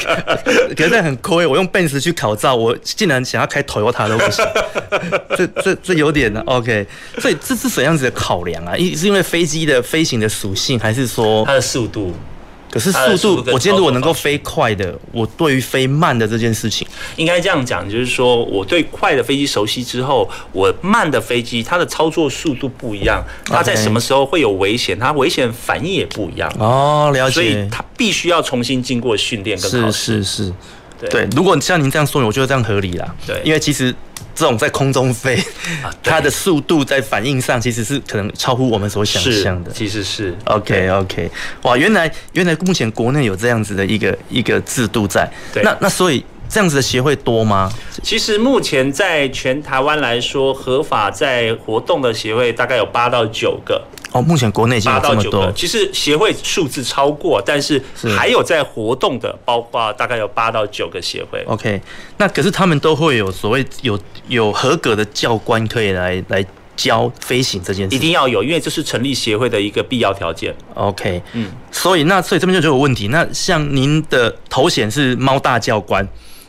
[SPEAKER 1] 可是很亏，我用 Benz 去考照，我竟然想要开 Toyota 都不行， [laughs] 这这这有点啊 OK。所以这是怎样子的考量啊？一是因为飞机的飞行的属性，还是说
[SPEAKER 2] [laughs] 它，的速度，
[SPEAKER 1] 可是
[SPEAKER 2] 它的
[SPEAKER 1] 速
[SPEAKER 2] 速度
[SPEAKER 1] 度，
[SPEAKER 2] 跟
[SPEAKER 1] 我今天如果
[SPEAKER 2] 操作
[SPEAKER 1] 能够
[SPEAKER 2] 方式
[SPEAKER 1] 飞快的，我对于飞慢的这件事情，
[SPEAKER 2] 应该这样讲，就是说我对快的飞机熟悉之后，我慢的飞机它的操作速度不一样，它在
[SPEAKER 1] OK
[SPEAKER 2] 什么时候会有危险，它危险反应也不一样，
[SPEAKER 1] 哦，了
[SPEAKER 2] 所以
[SPEAKER 1] 解，
[SPEAKER 2] 它必须要重新经过训练跟考
[SPEAKER 1] 是是
[SPEAKER 2] 试。
[SPEAKER 1] 是，
[SPEAKER 2] 对
[SPEAKER 1] 对。如果像您这样说明，我觉得这样合理啦。
[SPEAKER 2] 对啊
[SPEAKER 1] 因为其实这种在空中飞，
[SPEAKER 2] 对
[SPEAKER 1] 它的速度在反应上其实是可能超乎我们所想象的
[SPEAKER 2] 是，。其实是
[SPEAKER 1] OK OK，哇，原来原来目前国内有这样子的一个一个制度在，
[SPEAKER 2] 对
[SPEAKER 1] 那那所以这样子的协会多吗？
[SPEAKER 2] 其实目前在全台湾来说，合法在活动的协会大概有八到九个，
[SPEAKER 1] 哦，目前国内已经
[SPEAKER 2] 八
[SPEAKER 1] 有这
[SPEAKER 2] 到
[SPEAKER 1] 么
[SPEAKER 2] 九个
[SPEAKER 1] 多。
[SPEAKER 2] 其实协会数字超过，但是
[SPEAKER 1] 是
[SPEAKER 2] 还有在活动的，包括大概有八到九个协会。
[SPEAKER 1] OK，那可是他们都会有所谓有有合格的教官可以来来教飞行这件
[SPEAKER 2] 一
[SPEAKER 1] 事情。
[SPEAKER 2] 定要有，因为这是成立协会的一个必要条件。
[SPEAKER 1] OK，
[SPEAKER 2] 嗯，
[SPEAKER 1] 所以那所以这边就有问题。那像您的头衔是猫大教官，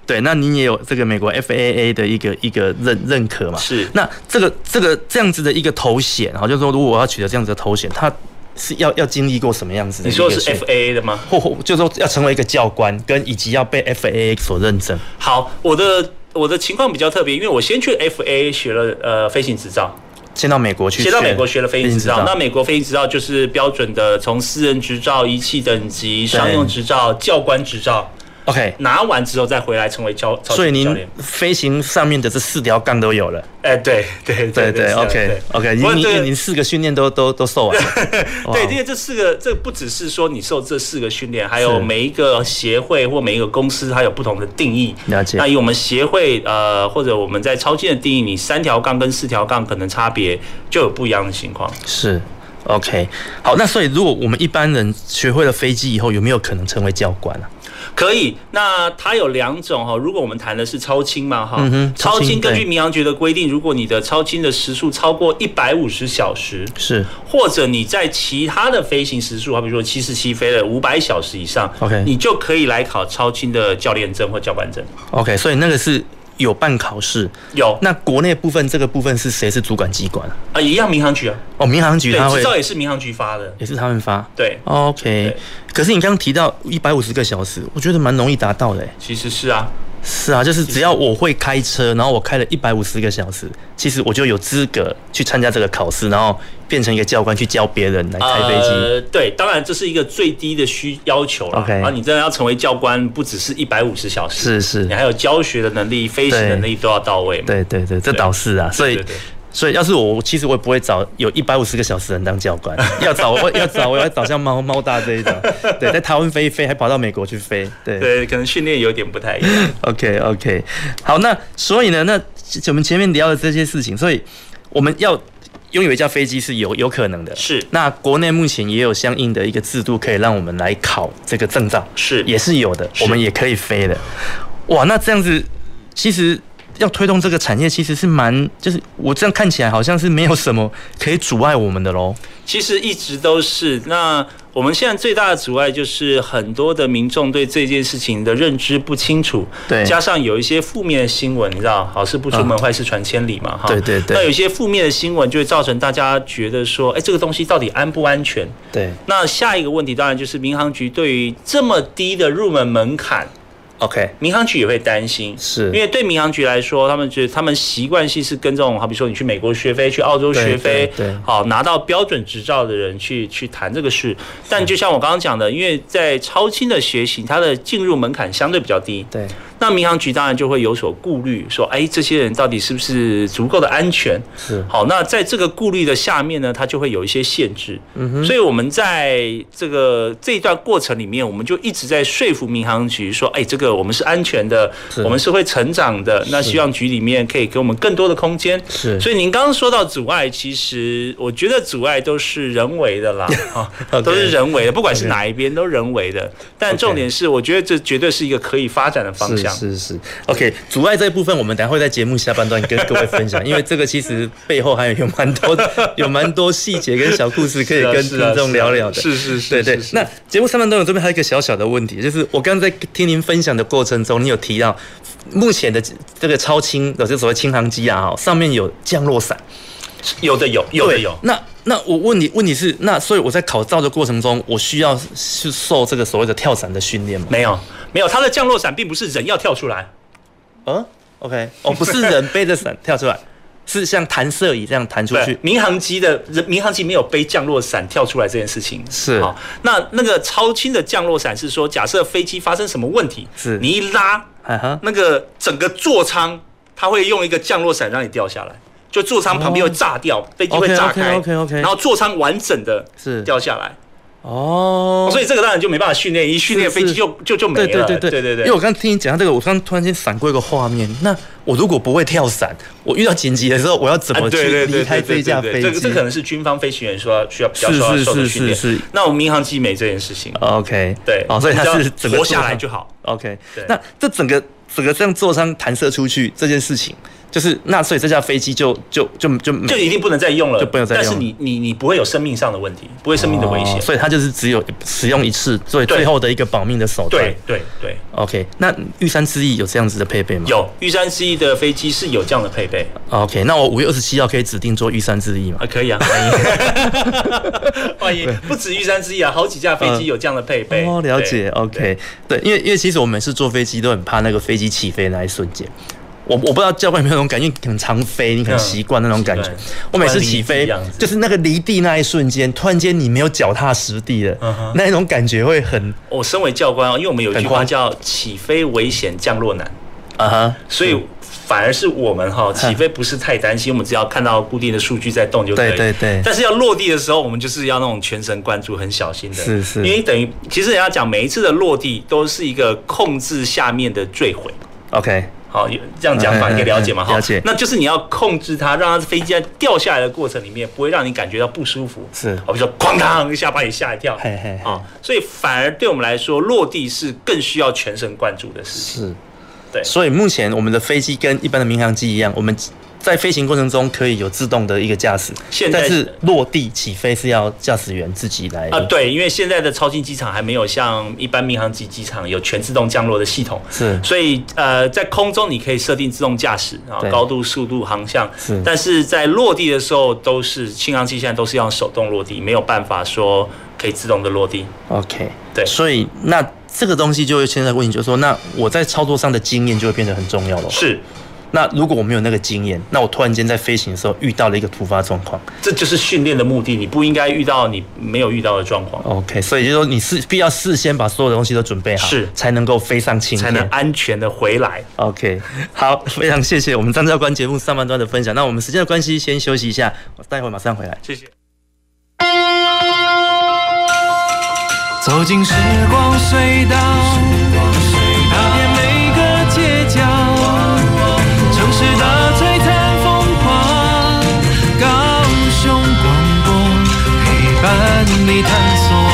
[SPEAKER 1] 对，那您也有这个美国 FAA 的一个一个认认可嘛？
[SPEAKER 2] 是
[SPEAKER 1] 那这个这个这样子的一个头衔，哈，就是说如果我要取得这样子的头衔，它是要要经历过什么样子的
[SPEAKER 2] 你
[SPEAKER 1] 一个
[SPEAKER 2] 说
[SPEAKER 1] 训？
[SPEAKER 2] 的是 F A A 的吗？
[SPEAKER 1] 或或就是说要成为一个教官，跟以及要被 FAA 所认证。
[SPEAKER 2] 好，我的我的情况比较特别，因为我先去 F A A 学了呃飞行执照，
[SPEAKER 1] 先到美国去，
[SPEAKER 2] 先到美国学了飞行执照。那美国飞行执照就是标准的从私人执照、仪器等级、商用执照、教官执照，
[SPEAKER 1] OK，
[SPEAKER 2] 拿完之后再回来成为教超
[SPEAKER 1] 所以
[SPEAKER 2] 级教
[SPEAKER 1] 您
[SPEAKER 2] 练。
[SPEAKER 1] 飞行上面的这四条杠都有了。
[SPEAKER 2] 哎，对对
[SPEAKER 1] 对对
[SPEAKER 2] 是的
[SPEAKER 1] ，OK
[SPEAKER 2] 对
[SPEAKER 1] OK，
[SPEAKER 2] 不过
[SPEAKER 1] 您
[SPEAKER 2] 这个
[SPEAKER 1] 您哦您四个训练都都都受完了。哇
[SPEAKER 2] 对，因为这四个，这不只是说你受这四个训练，还
[SPEAKER 1] 是
[SPEAKER 2] 有每一个协会或每一个公司，它有不同的定义。
[SPEAKER 1] 了解
[SPEAKER 2] 那以我们协会呃，或者我们在超限的定义，你三条杠跟四条杠可能差别就有不一样的情况。
[SPEAKER 1] 是，OK，好，那所以如果我们一般人学会了飞机以后，有没有可能成为教官啊？
[SPEAKER 2] 可以，那它有两种哈，如果我们谈的是超轻嘛哈
[SPEAKER 1] 嗯哼，超
[SPEAKER 2] 超
[SPEAKER 1] 轻
[SPEAKER 2] 轻根据
[SPEAKER 1] 对
[SPEAKER 2] 民航局的规定，如果你的超轻的时速超过一百五十小时，
[SPEAKER 1] 是
[SPEAKER 2] 或者你在其他的飞行时速，好比说七十七飞了五百小时以上
[SPEAKER 1] OK
[SPEAKER 2] 你就可以来考超轻的教练证或教官证。
[SPEAKER 1] ，OK，所以那个是有办考试。
[SPEAKER 2] 有
[SPEAKER 1] 那国内部分这个部分是谁是主管机关啊？
[SPEAKER 2] 啊，一样民航局啊，
[SPEAKER 1] 哦，民航局
[SPEAKER 2] 对
[SPEAKER 1] 他，会哦
[SPEAKER 2] 执照也是民航局发的，
[SPEAKER 1] 也是他们发。
[SPEAKER 2] 对，
[SPEAKER 1] OK，可是你刚刚提到一百五十个小时，我觉得蛮容易达到的欸。
[SPEAKER 2] 其实是啊，
[SPEAKER 1] 是啊，就是只要我会开车，然后我开了一百五十个小时，其实我就有资格去参加这个考试，然后变成一个教官去教别人来开飞机。
[SPEAKER 2] 呃，对，当然这是一个最低的需要求了
[SPEAKER 1] OK
[SPEAKER 2] 啊，你真的要成为教官，不只是一百五十小
[SPEAKER 1] 是
[SPEAKER 2] 时，
[SPEAKER 1] 是
[SPEAKER 2] 你还有教学的能力、飞行的能力都要到位嘛。
[SPEAKER 1] 对对对，这倒是啊，所以
[SPEAKER 2] 对对
[SPEAKER 1] 所以要是我，其实我也不会找有一百五十个小时人当教 [laughs] 官，要找我要找我要找像猫猫大这一种，对，在台湾飞一飞，还跑到美国去飞，对
[SPEAKER 2] 对，可能训练有点不太一
[SPEAKER 1] [laughs]
[SPEAKER 2] 样。
[SPEAKER 1] o k OK，好，那所以呢，那我们前面聊的这些事情，所以我们要拥有一架飞机是有有可能的，
[SPEAKER 2] 是
[SPEAKER 1] 那国内目前也有相应的一个制度，可以让我们来考这个证照，
[SPEAKER 2] 是
[SPEAKER 1] 也是有的，我们也可以飞的。哇，那这样子，其实要推动这个产业，其实是蛮，就是我这样看起来好像是没有什么可以阻碍我们的喽。
[SPEAKER 2] 其实一直都是。那我们现在最大的阻碍就是很多的民众对这件事情的认知不清楚，
[SPEAKER 1] 对
[SPEAKER 2] 加上有一些负面的新闻，你知道，好事不出门，坏事传千里嘛，哈、
[SPEAKER 1] 对对对
[SPEAKER 2] 那有一些负面的新闻就会造成大家觉得说，哎，这个东西到底安不安全？
[SPEAKER 1] 对，
[SPEAKER 2] 那下一个问题当然就是民航局对于这么低的入门门槛。
[SPEAKER 1] OK，
[SPEAKER 2] 民航局也会担心，
[SPEAKER 1] 是
[SPEAKER 2] 因为对民航局来说，他们觉得他们习惯性是跟这种，好比说你去美国学飞、去澳洲学飞，
[SPEAKER 1] 对对对
[SPEAKER 2] 好拿到标准执照的人去去谈这个事。但就像我刚刚讲的，因为在超轻的学习，它的进入门槛相对比较低，
[SPEAKER 1] 对，
[SPEAKER 2] 那民航局当然就会有所顾虑，说，哎，这些人到底是不是足够的安全？
[SPEAKER 1] 是
[SPEAKER 2] 好，那在这个顾虑的下面呢，它就会有一些限制。嗯哼，所以我们在这个这一段过程里面，我们就一直在说服民航局说，哎，这个我们是安全的，
[SPEAKER 1] 是
[SPEAKER 2] 我们是会成长的。那希望局里面可以给我们更多的空间。
[SPEAKER 1] 是
[SPEAKER 2] 所以您刚刚说到阻碍，其实我觉得阻碍都是人为的 [laughs] 啦，啊，都是人为的，不管是哪一边都人为的。但重点是，我觉得这绝对是一个可以发展的方向。
[SPEAKER 1] 是是是，OK，阻碍这一部分，我们等一下会在节目下半段跟各位分享，因为这个其实背后还有有蛮多 [laughs] 有蛮多细节跟小故事可以
[SPEAKER 2] 是啊
[SPEAKER 1] 跟
[SPEAKER 2] 是
[SPEAKER 1] 听
[SPEAKER 2] 啊
[SPEAKER 1] 众
[SPEAKER 2] 是啊
[SPEAKER 1] 聊聊的。
[SPEAKER 2] 是是是
[SPEAKER 1] 对对
[SPEAKER 2] 是是。
[SPEAKER 1] 那节目上半段我这边还有一个小小的问题，就是我刚刚在听您分享的过程中，你有提到目前的这个超轻的这所谓轻航机啊，哦上面有降落伞。
[SPEAKER 2] 有的有，有的
[SPEAKER 1] 对
[SPEAKER 2] 有。
[SPEAKER 1] 那那我问你，问题是那所以我在考照的过程中，我需要是受这个所谓的跳伞的训练吗？
[SPEAKER 2] 没有，没有，它的降落伞并不是人要跳出来，
[SPEAKER 1] 嗯，OK，哦，不是人背着伞跳出来， [laughs] 是像弹射椅这样弹出去
[SPEAKER 2] 对，。民航机的人，民航机没有背降落伞跳出来这件事情
[SPEAKER 1] 是
[SPEAKER 2] 好，那那个超轻的降落伞是说，假设飞机发生什么问题，
[SPEAKER 1] 是
[SPEAKER 2] 你一拉，
[SPEAKER 1] 啊哈，
[SPEAKER 2] 那个整个座舱，它会用一个降落伞让你掉下来，就座舱旁边会炸掉，飞机会炸开
[SPEAKER 1] 哦 OK，OK，OK，OK
[SPEAKER 2] 然后座舱完整的
[SPEAKER 1] 是
[SPEAKER 2] 掉下来，
[SPEAKER 1] 哦，
[SPEAKER 2] 所以这个当然就没办法训练，一训练
[SPEAKER 1] 是
[SPEAKER 2] 飞机就就就没
[SPEAKER 1] 对对
[SPEAKER 2] 了，
[SPEAKER 1] 对对
[SPEAKER 2] 哦对对
[SPEAKER 1] 因为我刚听你讲到这个，我刚突然间闪过一个画面，那我如果不会跳伞，我遇到紧急的时候，我要怎
[SPEAKER 2] 啊
[SPEAKER 1] 么
[SPEAKER 2] 对
[SPEAKER 1] 去
[SPEAKER 2] 对对
[SPEAKER 1] 离开这
[SPEAKER 2] 对对
[SPEAKER 1] 架
[SPEAKER 2] 对对
[SPEAKER 1] 飞
[SPEAKER 2] 这个
[SPEAKER 1] 机
[SPEAKER 2] 这可能是军方飞行员说需要比较
[SPEAKER 1] 是
[SPEAKER 2] 受到
[SPEAKER 1] 是
[SPEAKER 2] 受的
[SPEAKER 1] 是
[SPEAKER 2] 训练。
[SPEAKER 1] 是是
[SPEAKER 2] 那我们民航机没这件事情，
[SPEAKER 1] ？OK，
[SPEAKER 2] 对
[SPEAKER 1] 哦，所以它
[SPEAKER 2] 你只
[SPEAKER 1] 是
[SPEAKER 2] 要
[SPEAKER 1] 整个
[SPEAKER 2] 活下
[SPEAKER 1] 座舱
[SPEAKER 2] 来就好。
[SPEAKER 1] OK，
[SPEAKER 2] 对
[SPEAKER 1] 那这整个整个这样座舱弹射出去这件事情，就是那所以这架飞机就就就就没
[SPEAKER 2] 就一定不能再用了，
[SPEAKER 1] 就不能再用
[SPEAKER 2] 但是你你你不会有生命上的问题，不会生命的危险。
[SPEAKER 1] 哦所以它就是只有使用一次，所以
[SPEAKER 2] 对
[SPEAKER 1] 最后的一个保命的手段。
[SPEAKER 2] 对对对，
[SPEAKER 1] OK，那玉山之翼有这样子的配备吗？
[SPEAKER 2] 有玉山之翼的飞机是有这样的配备，
[SPEAKER 1] OK，那我五月二十七号可以指定做玉山之翼吗
[SPEAKER 2] 啊，可 [laughs] 以啊，欢迎欢迎，不止玉山之翼啊，好几架飞机有这样的配备。
[SPEAKER 1] 哦，了解
[SPEAKER 2] 对。
[SPEAKER 1] ，OK，对，因为因为其实我们每次坐飞机都很怕那个飞机起飞的那一瞬间，我我不知道教官有没有那种感觉，因为你很常飞，你很
[SPEAKER 2] 嗯
[SPEAKER 1] 习惯那种感觉
[SPEAKER 2] 习惯。
[SPEAKER 1] 我每次
[SPEAKER 2] 突然离
[SPEAKER 1] 起飞
[SPEAKER 2] 地这样子
[SPEAKER 1] 就是那个离地那一瞬间，突然间你没有脚踏实地
[SPEAKER 2] 嗯
[SPEAKER 1] 了，那一种感觉会很
[SPEAKER 2] 我身为教官啊，因为我们有一句
[SPEAKER 1] 很慌
[SPEAKER 2] 话叫“起飞危险，降落难”，
[SPEAKER 1] 啊哈，
[SPEAKER 2] 所以反而是我们
[SPEAKER 1] 啊
[SPEAKER 2] 哈起飞不是太担心，我们只要看到固定的数据在动就可以。
[SPEAKER 1] 对对对
[SPEAKER 2] 但是要落地的时候，我们就是要那种全神贯注、很小心的。
[SPEAKER 1] 是是
[SPEAKER 2] 因为等于其实人家讲每一次的落地都是一个控制下面的坠毁。
[SPEAKER 1] ，OK，
[SPEAKER 2] 好，这样讲法你可以了解
[SPEAKER 1] 嗯
[SPEAKER 2] 嘛？
[SPEAKER 1] 嗯嗯
[SPEAKER 2] 哈、
[SPEAKER 1] 了解
[SPEAKER 2] 那就是你要控制它，让它飞机在掉下来的过程里面不会让你感觉到不舒服。
[SPEAKER 1] 是哦
[SPEAKER 2] 好，比如说哐当一下把你吓一跳。
[SPEAKER 1] 嘿嘿嘿
[SPEAKER 2] 啊，所以反而对我们来说，落地是更需要全神贯注的事情。
[SPEAKER 1] 是，
[SPEAKER 2] 对
[SPEAKER 1] 所以目前我们的飞机跟一般的民航机一样，我们在飞行过程中可以有自动的一个驾驶，
[SPEAKER 2] 现在
[SPEAKER 1] 但是落地起飞是要驾驶员自己来
[SPEAKER 2] 啊，对，因为现在的超轻机场还没有像一般民航机机场有全自动降落的系统，
[SPEAKER 1] 是
[SPEAKER 2] 所以呃，在空中你可以设定自动驾驶啊
[SPEAKER 1] 对，
[SPEAKER 2] 高度、速度、航向，
[SPEAKER 1] 是
[SPEAKER 2] 但是在落地的时候都是轻航机现在都是要手动落地，没有办法说可以自动的落地。
[SPEAKER 1] OK，
[SPEAKER 2] 对
[SPEAKER 1] 所以那这个东西就会现在问题就是说，那我在操作上的经验就会变得很重要了。
[SPEAKER 2] 是，
[SPEAKER 1] 那如果我没有那个经验，那我突然间在飞行的时候遇到了一个突发状况
[SPEAKER 2] 这就是训练的目的，你不应该遇到你没有遇到的状况，
[SPEAKER 1] ，OK，所以就是说你是必要事先把所有的东西都准备好，
[SPEAKER 2] 是
[SPEAKER 1] 才能够飞上青
[SPEAKER 2] 才
[SPEAKER 1] 天，
[SPEAKER 2] 能安全的回来。
[SPEAKER 1] OK，好，非常谢谢我们张教官节目上半段的分享。那我们时间的关系，先休息一下，我待会马上回来。
[SPEAKER 2] 谢谢。
[SPEAKER 4] 走进时光隧道，踏遍每个街角，城市的璀璨风光，高雄广播陪伴你探索。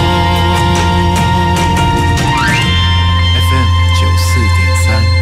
[SPEAKER 4] FM 九四点三。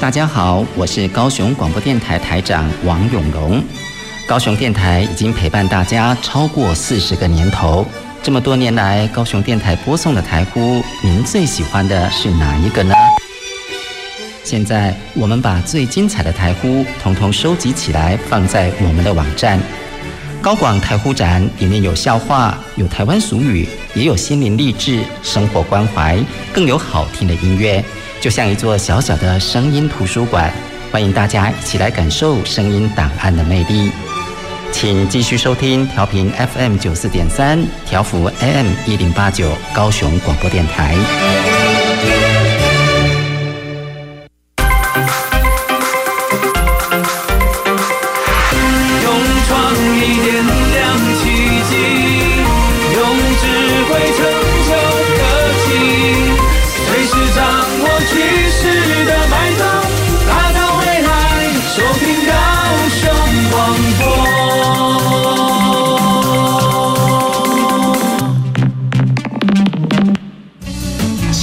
[SPEAKER 5] 大家好，我是高雄广播电台台长王永荣。高雄电台已经陪伴大家超过四十个年头。这么多年来，高雄电台播送的台呼，您最喜欢的是哪一个呢？现在我们把最精彩的台呼统统收集起来，放在我们的网站高广台呼展，里面有笑话，有台湾俗语，也有心灵励志、生活关怀，更有好听的音乐，就像一座小小的声音图书馆。欢迎大家一起来感受声音档案的魅力。请继续收听调频 FM 九四点三，调幅 AM 一零八九，高雄广播电台。
[SPEAKER 1] 勇闯一点亮奇迹，用智慧成就科技，随时掌握趋势的脉动，打造未来，收听高雄广播。
[SPEAKER 4] 前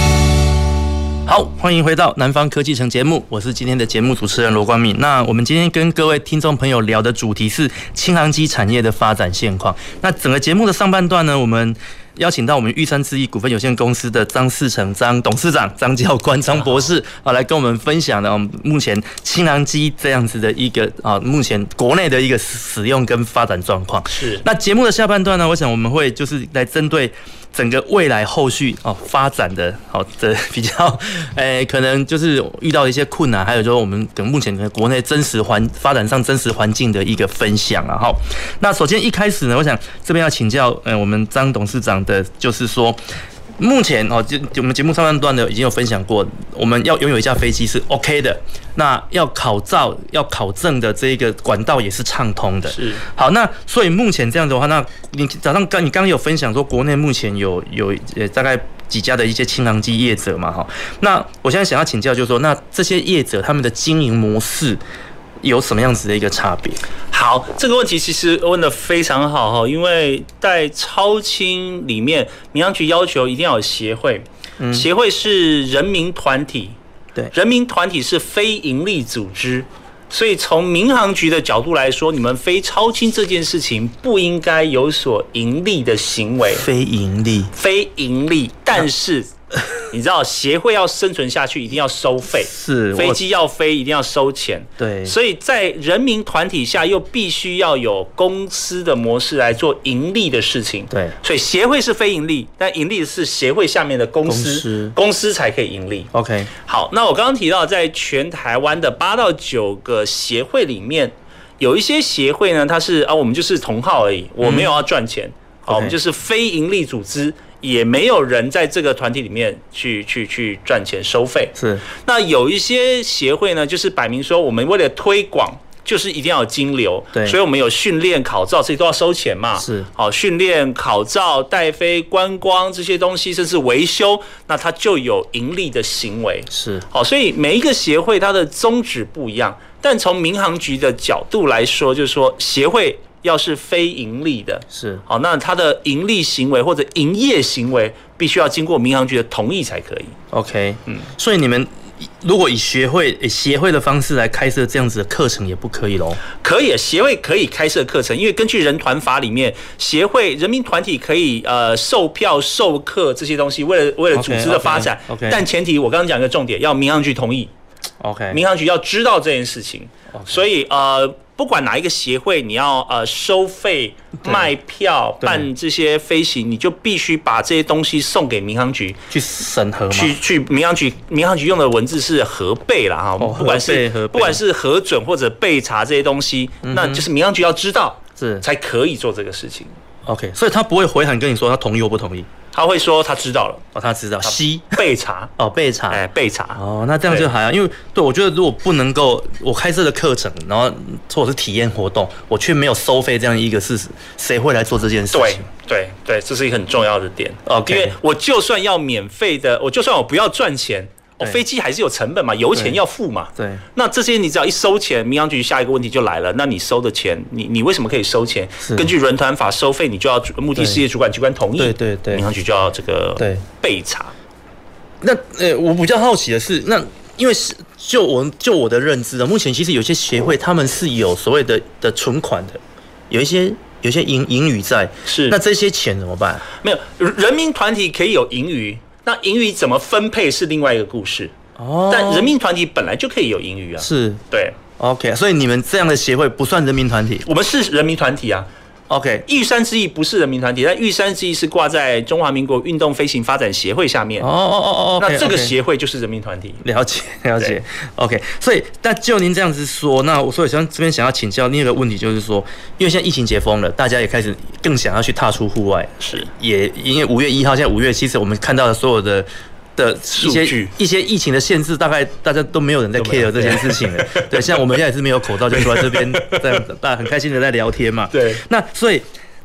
[SPEAKER 6] 好，欢迎回到南方科技城节目，我是今天的节目主持人罗光敏。那我们今天跟各位听众朋友聊的主题是轻航机产业的发展现况。那整个节目的上半段呢，我们。邀请到我们玉山之翼股份有限公司的张世成张董事长、张教官、张博士啊，来跟我们分享呢，我们目前轻航机这样子的一个啊，目前国内的一个使用跟发展状况。
[SPEAKER 2] 是
[SPEAKER 6] 那节目的下半段呢，我想我们会就是来针对整个未来后续哦发展的哦的比较， [laughs] 诶、可能就是遇到一些困难，还有就是我们可能目前可能国内真实环发展上真实环境的一个分享啊。哈，那首先一开始呢，我想这边要请教呃我们张董事长的，就是说。目前哦，就就我们节目上半段呢已经有分享过，我们要拥有一架飞机是 OK 的，那要考照、要考证的这个管道也是畅通的。
[SPEAKER 2] 是
[SPEAKER 6] 好，那所以目前这样的话，那你早上刚你刚刚有分享说，国内目前有有呃大概几家的一些轻航机业者嘛，哈。那我现在想要请教，就是说，那这些业者他们的经营模式有什么样子的一个差别？
[SPEAKER 2] 好，这个问题其实问的非常好哈，因为在超轻里面，民航局要求一定要有协会，协会是人民团体，
[SPEAKER 6] 嗯对
[SPEAKER 2] 人民团体是非营利组织。所以从民航局的角度来说，你们非超轻这件事情不应该有所盈利的行为，
[SPEAKER 6] 非盈利
[SPEAKER 2] 非盈利。
[SPEAKER 6] [laughs]
[SPEAKER 2] 但是你知道，协会要生存下去，一定要收费，
[SPEAKER 6] 是我
[SPEAKER 2] 飞机要飞一定要收钱，
[SPEAKER 6] 对
[SPEAKER 2] 所以在人民团体下，又必须要有公司的模式来做盈利的事情。
[SPEAKER 6] 对
[SPEAKER 2] 所以协会是非盈利，但盈利是协会下面的公司，
[SPEAKER 6] 公司
[SPEAKER 2] 才可以盈利。
[SPEAKER 6] ，OK，
[SPEAKER 2] 好，那我刚刚提到，在全台湾的八到九个协会里面，有一些协会呢，它是啊，我们就是同号而已，我没有要赚钱，
[SPEAKER 6] 嗯
[SPEAKER 2] 好，
[SPEAKER 6] OK
[SPEAKER 2] 我们就是非盈利组织，也没有人在这个团体里面去去去赚钱收费。
[SPEAKER 6] 是
[SPEAKER 2] 那有一些协会呢，就是摆明说，我们为了推广。就是一定要有金流，
[SPEAKER 6] 对
[SPEAKER 2] 所以我们有训练、考照，这些都要收钱嘛。
[SPEAKER 6] 是
[SPEAKER 2] 好训练、考照、带飞、观光这些东西，甚至维修，那它就有盈利的行为。
[SPEAKER 6] 是
[SPEAKER 2] 好，所以每一个协会它的宗旨不一样，但从民航局的角度来说，就是说协会要是非盈利的，
[SPEAKER 6] 是
[SPEAKER 2] 好，那它的盈利行为或者营业行为必须要经过民航局的同意才可以。
[SPEAKER 6] OK，嗯，所以你们如果以学会以协会的方式来开设这样子的课程也不可以喽。
[SPEAKER 2] 可以，协会可以开设课程，因为根据人团法里面，协会人民团体可以呃售票、授课这些东西，为了为了
[SPEAKER 6] OK，
[SPEAKER 2] 组织的发展
[SPEAKER 6] OK，OK
[SPEAKER 2] 但前提我刚刚讲一个
[SPEAKER 6] 哦
[SPEAKER 2] 重点，要民航局同意。
[SPEAKER 6] OK，
[SPEAKER 2] 民航局要知道这件事情，所以呃。不管哪一个协会，你要呃收费卖票
[SPEAKER 6] 对
[SPEAKER 2] 办这些飞行，你就必须把这些东西送给民航局
[SPEAKER 6] 去审核嘛。
[SPEAKER 2] 去去民航局，民航局用的文字是核备啦哈，不
[SPEAKER 6] 核
[SPEAKER 2] 管
[SPEAKER 6] 备
[SPEAKER 2] 是
[SPEAKER 6] 哦核备
[SPEAKER 2] 不管是核准或者备查这些东西，
[SPEAKER 6] 嗯哼
[SPEAKER 2] 那就是民航局要知道，
[SPEAKER 6] 是
[SPEAKER 2] 才可以做这个事情。
[SPEAKER 6] OK，所以他不会回函跟你说他同意或不同意。
[SPEAKER 2] 他会说他知道了，
[SPEAKER 6] 哦，他知道，西 [laughs]
[SPEAKER 2] 备查，
[SPEAKER 6] 哦，备查，
[SPEAKER 2] 哎，备查，
[SPEAKER 6] 哦，那这样就还好，因为对我觉得如果不能够我开设的课程，然后或者是体验活动，我却没有收费这样一个事实，谁会来做这件事情？
[SPEAKER 2] 对对对，这是一个很重要的点。
[SPEAKER 6] OK
[SPEAKER 2] 因为我就算要免费的，我就算我不要赚钱，我、
[SPEAKER 6] 对
[SPEAKER 2] 飞机还是有成本嘛，油钱要付嘛。
[SPEAKER 6] 对，
[SPEAKER 2] 那这些你只要一收钱，民航局下一个问题就来了，那你收的钱，你你为什么可以收钱？
[SPEAKER 6] 是
[SPEAKER 2] 根据人团法收费，你就要主目的事业主管机关同意，
[SPEAKER 6] 对对对
[SPEAKER 2] 民航局就要这个
[SPEAKER 6] 对
[SPEAKER 2] 备查。
[SPEAKER 6] 那呃，我比较好奇的是，那因为是就我就我的认知啊，目前其实有些协会他们是有所谓的的存款的，有一些有一些盈盈余在，
[SPEAKER 2] 是
[SPEAKER 6] 那这些钱怎么办？
[SPEAKER 2] 没有人民团体可以有盈余，那盈余怎么分配是另外一个故事。
[SPEAKER 6] 哦
[SPEAKER 2] 但人民团体本来就可以有盈余啊。
[SPEAKER 6] 是
[SPEAKER 2] 对，
[SPEAKER 6] OK，所以你们这样的协会不算人民团体，
[SPEAKER 2] 我们是人民团体啊。
[SPEAKER 6] OK，
[SPEAKER 2] 玉山之翼不是人民团体，但玉山之翼是挂在中华民国运动飞行发展协会下面。
[SPEAKER 6] 哦哦哦哦
[SPEAKER 2] 那
[SPEAKER 6] OK，
[SPEAKER 2] 这个
[SPEAKER 6] OK
[SPEAKER 2] 协会就是人民团体。
[SPEAKER 6] 了解了解，OK。所以，那就您这样子说，那我所以想这边想要请教另一个问题，就是说，因为现在疫情解封了，大家也开始更想要去踏出户外，
[SPEAKER 2] 是
[SPEAKER 6] 也因为五月一号，现在五月其实我们看到的所有的。的一
[SPEAKER 2] 数
[SPEAKER 6] 些
[SPEAKER 2] 据
[SPEAKER 6] 一些疫情的限制，大概大家都没有人在 care 这件事情 [laughs] 了。对，像我们现在也是没有口罩，就坐在这边，在大家很开心的在聊 [laughs] 天嘛。
[SPEAKER 2] 对，
[SPEAKER 6] 那所以，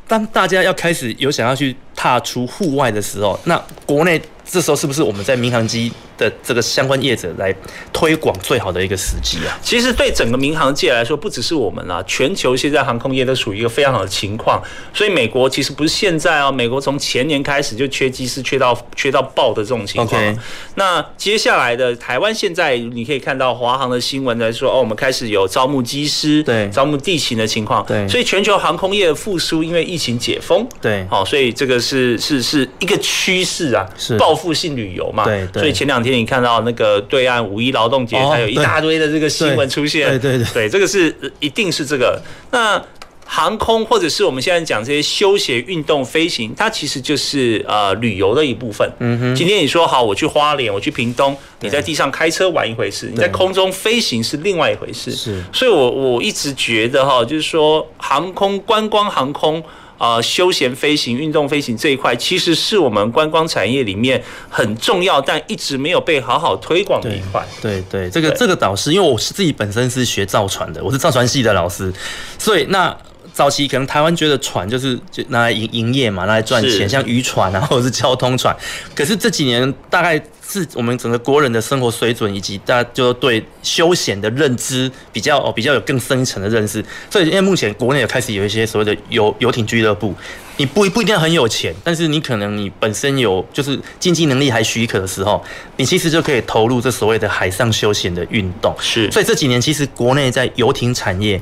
[SPEAKER 6] 当大家要开始有想要去踏出户外的时候，那国内这时候是不是我们在民航机的这个相关业者来推广最好的一个时机啊？
[SPEAKER 2] 其实对整个民航界来说，不只是我们啦，全球现在航空业都处于一个非常好的情况。所以美国其实不是现在哦，美国从前年开始就缺机师，缺到缺到爆的这种情况。
[SPEAKER 6] OK
[SPEAKER 2] 那接下来的台湾现在你可以看到华航的新闻来说，哦，我们开始有招募机师、
[SPEAKER 6] 对
[SPEAKER 2] 招募地勤的情况。
[SPEAKER 6] 对
[SPEAKER 2] 所以全球航空业的复苏，因为疫情解封，
[SPEAKER 6] 对
[SPEAKER 2] 好、所以这个是是是一个趋势啊，
[SPEAKER 6] 是
[SPEAKER 2] 报复性旅游嘛。
[SPEAKER 6] 对对
[SPEAKER 2] 所以前两天你看到那个对岸五一劳动节，
[SPEAKER 6] 哦
[SPEAKER 2] 它有一
[SPEAKER 6] 对
[SPEAKER 2] 大堆的这个新闻出现。
[SPEAKER 6] 对对对
[SPEAKER 2] 对，这个是呃一定是这个。那航空或者是我们现在讲这些休闲运动飞行，它其实就是呃旅游的一部分。
[SPEAKER 6] 嗯哼
[SPEAKER 2] 今天你说好，我去花莲，我去屏东，你在地上开车玩一回事，你在
[SPEAKER 6] 对
[SPEAKER 2] 空中飞行是另外一回事。
[SPEAKER 6] 是
[SPEAKER 2] 所以我我一直觉得哈，就是说航空观光航空。呃，休闲飞行、运动飞行这一块，其实是我们观光产业里面很重要，但一直没有被好好推广的一块。
[SPEAKER 6] 对对，这个
[SPEAKER 2] 对
[SPEAKER 6] 这个导师，因为我是自己本身是学造船的，我是造船系的老师，所以那早期可能台湾觉得船就是就拿来营营业嘛，拿来赚
[SPEAKER 2] 是
[SPEAKER 6] 钱，像渔船啊 [laughs] 或者是交通船。可是这几年大概是我们整个国人的生活水准以及大家就对休闲的认知比较哦比较有更深层的认识，所以因为目前国内也开始有一些所谓的游游艇俱乐部。你不不一定要很有钱，但是你可能你本身有就是经济能力还许可的时候，你其实就可以投入这所谓的海上休闲的运动。
[SPEAKER 2] 是
[SPEAKER 6] 所以这几年其实国内在游艇产业，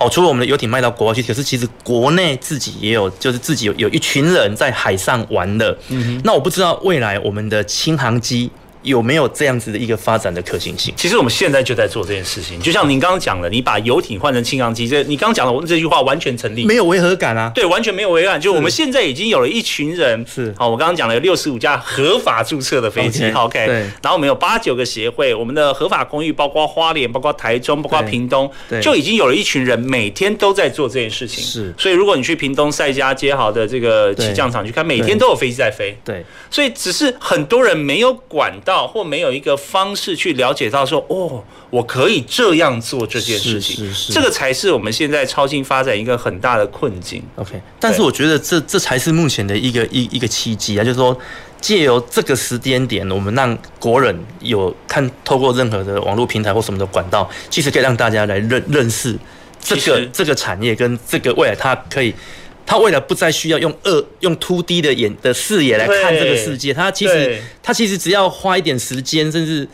[SPEAKER 6] 哦，除了我们的游艇卖到国外去，可是其实国内自己也有，就是自己有有一群人在海上玩乐。嗯那我不知道未来我们的轻航机有没有这样子的一个发展的可行性？
[SPEAKER 2] 其实我们现在就在做这件事情，就像您刚刚讲的，你把游艇换成轻航机，这你刚刚讲的我这句话完全成立，
[SPEAKER 6] 没有违和感啊。
[SPEAKER 2] 对，完全没有违反。就我们现在已经有了一群人，
[SPEAKER 6] 是
[SPEAKER 2] 好，我刚刚讲了有六十五架合法注册的飞机
[SPEAKER 6] OK，
[SPEAKER 2] 好，OK，
[SPEAKER 6] 对
[SPEAKER 2] 然后我们有八九个协会，我们的合法公寓包括花莲、包括台中、包括
[SPEAKER 6] 对
[SPEAKER 2] 屏东，
[SPEAKER 6] 对
[SPEAKER 2] 就已经有了一群人每天都在做这件事情。
[SPEAKER 6] 是
[SPEAKER 2] 所以如果你去屏东赛家街好的这个
[SPEAKER 6] 对
[SPEAKER 2] 起降场去看，每
[SPEAKER 6] 对
[SPEAKER 2] 天都有飞机在飞。
[SPEAKER 6] 对，
[SPEAKER 2] 所以只是很多人没有管到，或没有一个方式去了解到说，哦，我可以这样做这件事情，
[SPEAKER 6] 是是是
[SPEAKER 2] 这个才是我们现在超新发展一个很大的困境。
[SPEAKER 6] OK，但是我觉得这这才是目前的一个一一个契机啊，就是说借由这个时间点，我们让国人有看透过任何的网络平台或什么的管道，其实可以让大家来认认识这
[SPEAKER 2] 其
[SPEAKER 6] 个
[SPEAKER 2] 实
[SPEAKER 6] 这个产业跟这个未来它可以。它未来不再需要用二用 two D 的眼的视野来看
[SPEAKER 2] 对
[SPEAKER 6] 这个世界，它其实
[SPEAKER 2] 对
[SPEAKER 6] 它其实只要花一点时间，甚至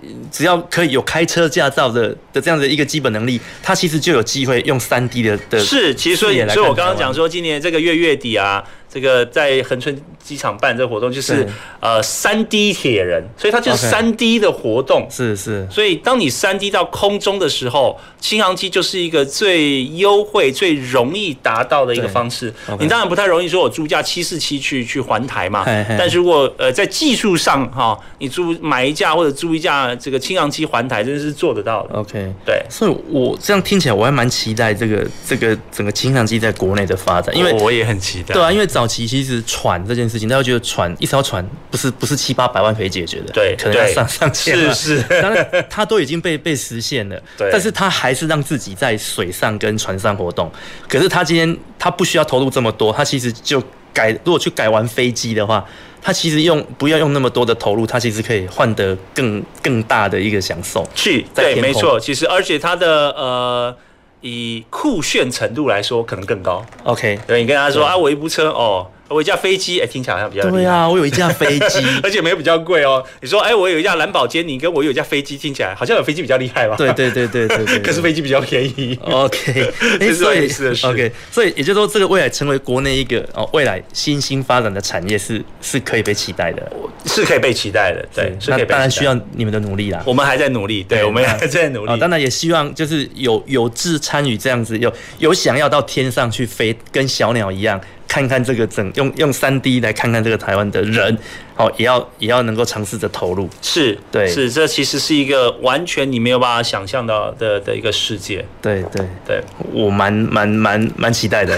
[SPEAKER 6] 呃只要可以有开车驾照的的这样的一个基本能力，它其实就有机会用三 D 的的
[SPEAKER 2] 是，其实所
[SPEAKER 6] 视
[SPEAKER 2] 以
[SPEAKER 6] 野来
[SPEAKER 2] 所以我
[SPEAKER 6] 看
[SPEAKER 2] 刚刚
[SPEAKER 6] 台湾
[SPEAKER 2] 讲说，今年这个月月底啊，这个在恒春机场办这个活动，就是
[SPEAKER 6] 对
[SPEAKER 2] 呃三 D 铁人，所以它就是
[SPEAKER 6] OK
[SPEAKER 2] 三 D 的活动。
[SPEAKER 6] 是是，
[SPEAKER 2] 所以，当你三 D 到空中的时候，轻航机就是一个最优惠、最容易达到的一个
[SPEAKER 6] 对
[SPEAKER 2] 方式。
[SPEAKER 6] OK
[SPEAKER 2] 你当然不太容易说，我租架七四七去去环台嘛。
[SPEAKER 6] 嘿嘿
[SPEAKER 2] 但是如果呃在技术上哈、你租买一架或者租一架这个轻航机环台，真的是做得到的。
[SPEAKER 6] OK，
[SPEAKER 2] 对，
[SPEAKER 6] 所以我这样听起来，我还蛮期待这个这个整个轻航机在国内的发展，因为
[SPEAKER 2] 我也很期待。
[SPEAKER 6] 对啊，因为早期其实船这件事情，大家觉得船一艘船不是不是七八百万可以解决的，
[SPEAKER 2] 对
[SPEAKER 6] 可能要
[SPEAKER 2] 对
[SPEAKER 6] 上上千万，
[SPEAKER 2] 是
[SPEAKER 6] [laughs]
[SPEAKER 2] 是
[SPEAKER 6] 当然它都已经被被实现了，
[SPEAKER 2] [laughs] 对
[SPEAKER 6] 但是它还是让自己在水上跟船上活动。可是它今天它不需要投入这么多，它其实就改，如果去改玩飞机的话，它其实用不要用那么多的投入，它其实可以换得更更大的一个享受。
[SPEAKER 2] 去
[SPEAKER 6] 在
[SPEAKER 2] 对，
[SPEAKER 6] 天
[SPEAKER 2] 没
[SPEAKER 6] 空
[SPEAKER 2] 错。其实，而且它的呃，以酷炫程度来说，可能更高。
[SPEAKER 6] OK，
[SPEAKER 2] 对你跟他说
[SPEAKER 6] 对
[SPEAKER 2] 啊，我一部车哦，我一架飞机，哎，听起来好像比较厉害
[SPEAKER 6] 对啊，我有一架飞
[SPEAKER 2] [laughs]
[SPEAKER 6] 机。 [laughs]
[SPEAKER 2] 而且没有比较贵哦。你说，哎，我有一架蓝宝坚尼，跟我有一架飞机，听起来好像有飞机比较厉害吧？
[SPEAKER 6] 对对对对对对。哦
[SPEAKER 2] [laughs] 可是飞机比较便宜。 [laughs]
[SPEAKER 6] OK，
[SPEAKER 2] 这
[SPEAKER 6] 哎，
[SPEAKER 2] 是
[SPEAKER 6] 所
[SPEAKER 2] 外
[SPEAKER 6] 以
[SPEAKER 2] 面试的事
[SPEAKER 6] OK，所以也就是说，这个未来成为国内一个哦，未来新兴发展的产业是是可以被期待的，
[SPEAKER 2] 是可以被期待的，对，是
[SPEAKER 6] 那
[SPEAKER 2] 可以被期待的
[SPEAKER 6] 当然需要你们的努力啦。
[SPEAKER 2] 我们还在努力，对，我们还在努
[SPEAKER 6] 啊、
[SPEAKER 2] 力。
[SPEAKER 6] 当然也希望就是有有志参与这样子，有有想要到天上去飞，跟小鸟一样，看看这个整用用三 D 来看看这个台湾的人，哦，也要也要能够尝试着投入。
[SPEAKER 2] 是，
[SPEAKER 6] 对
[SPEAKER 2] 是，这其实是一个完全你没有办法想象到的的一个世界。
[SPEAKER 6] 对对
[SPEAKER 2] 对，
[SPEAKER 6] 我蛮蛮蛮蛮期
[SPEAKER 2] [laughs]
[SPEAKER 6] 待的，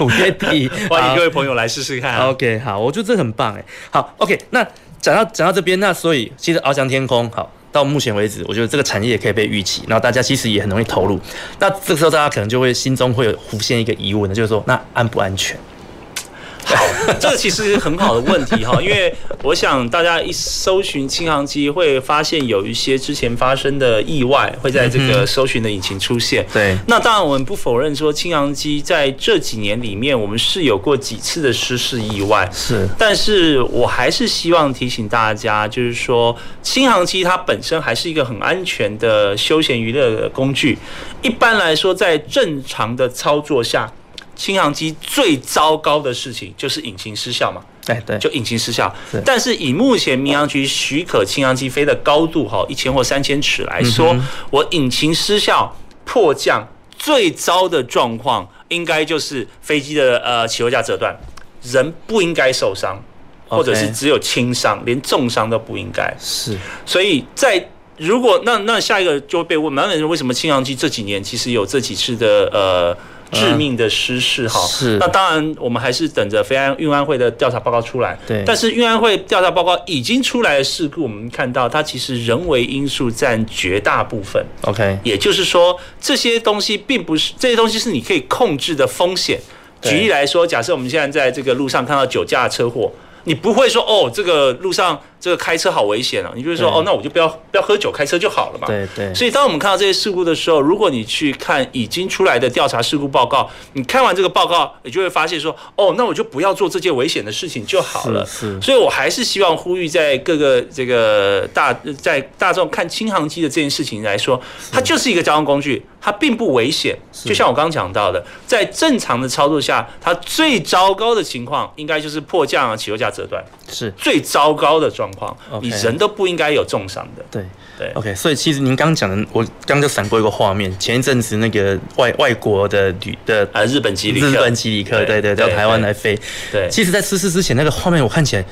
[SPEAKER 6] 五月底，
[SPEAKER 2] 欢迎
[SPEAKER 6] 好
[SPEAKER 2] 各位朋友来试试看啊。
[SPEAKER 6] OK，好，我觉得这很棒哎。好，OK，那讲到讲到这边，那所以其实翱翔天空，好，到目前为止，我觉得这个产业也可以被预期，然后大家其实也很容易投入。那这个时候大家可能就会心中会有浮现一个疑问呢，就是说那安不安全？
[SPEAKER 2] 这其实是很好的问题
[SPEAKER 6] [laughs]
[SPEAKER 2] 哈，因为我想大家一搜寻轻航机，会发现有一些之前发生的意外会在这
[SPEAKER 6] 嗯
[SPEAKER 2] 个
[SPEAKER 6] 哼
[SPEAKER 2] 搜寻的引擎出现。
[SPEAKER 6] 对
[SPEAKER 2] 那当然我们不否认说轻航机在这几年里面，我们是有过几次的失事意外。
[SPEAKER 6] 是
[SPEAKER 2] 但是我还是希望提醒大家，就是说，轻航机它本身还是一个很安全的休闲娱乐的工具。一般来说，在正常的操作下，轻航机最糟糕的事情就是引擎失效嘛。
[SPEAKER 6] 哎，对，
[SPEAKER 2] 就引擎失效
[SPEAKER 6] 是。
[SPEAKER 2] 但是以目前民航局许可轻航机飞的高度哈，一千或三千尺来说，
[SPEAKER 6] 嗯哼
[SPEAKER 2] 我引擎失效迫降最糟的状况，应该就是飞机的呃起落架折断，人不应该受伤，
[SPEAKER 6] OK
[SPEAKER 2] 或者是只有轻伤，连重伤都不应该。
[SPEAKER 6] 是
[SPEAKER 2] 所以在如果那那下一个就会被问，满满为什么轻航机这几年其实有这几次的呃。致命的失事哈、
[SPEAKER 6] 嗯是
[SPEAKER 2] 那当然我们还是等着飞安运安会的调查报告出来。
[SPEAKER 6] 对
[SPEAKER 2] 但是运安会调查报告已经出来的事故，我们看到它其实人为因素占绝大部分。
[SPEAKER 6] OK，
[SPEAKER 2] 也就是说，这些东西并不是这些东西是你可以控制的风险。
[SPEAKER 6] 对
[SPEAKER 2] 举例来说，假设我们现在在这个路上看到酒驾车祸，你不会说哦，这个路上这个开车好危险啊，你就会说
[SPEAKER 6] 对
[SPEAKER 2] 哦，那我就不要不要喝酒开车就好了嘛。
[SPEAKER 6] 对对，
[SPEAKER 2] 所以，当我们看到这些事故的时候，如果你去看已经出来的调查事故报告，你看完这个报告，你就会发现说，哦，那我就不要做这件危险的事情就好了。
[SPEAKER 6] 是是
[SPEAKER 2] 所以我还是希望呼吁，在各个这个大在大众看轻航机的这件事情来说，它就是一个交通工具，它并不危险。就像我刚刚讲到的，在正常的操作下，它最糟糕的情况应该就是迫降啊、起落架折断，
[SPEAKER 6] 是
[SPEAKER 2] 最糟糕的状况，
[SPEAKER 6] OK
[SPEAKER 2] 你人都不应该有重伤的。
[SPEAKER 6] 对。
[SPEAKER 2] 对
[SPEAKER 6] OK，所以其实您刚讲的，我刚就闪过一个画面。前一阵子那个外外国的旅的
[SPEAKER 2] 啊，日本吉里克，
[SPEAKER 6] 日本吉里克，对对，到台湾来飞。
[SPEAKER 2] 对
[SPEAKER 6] 其实，在失事之前，那个画面我看起来，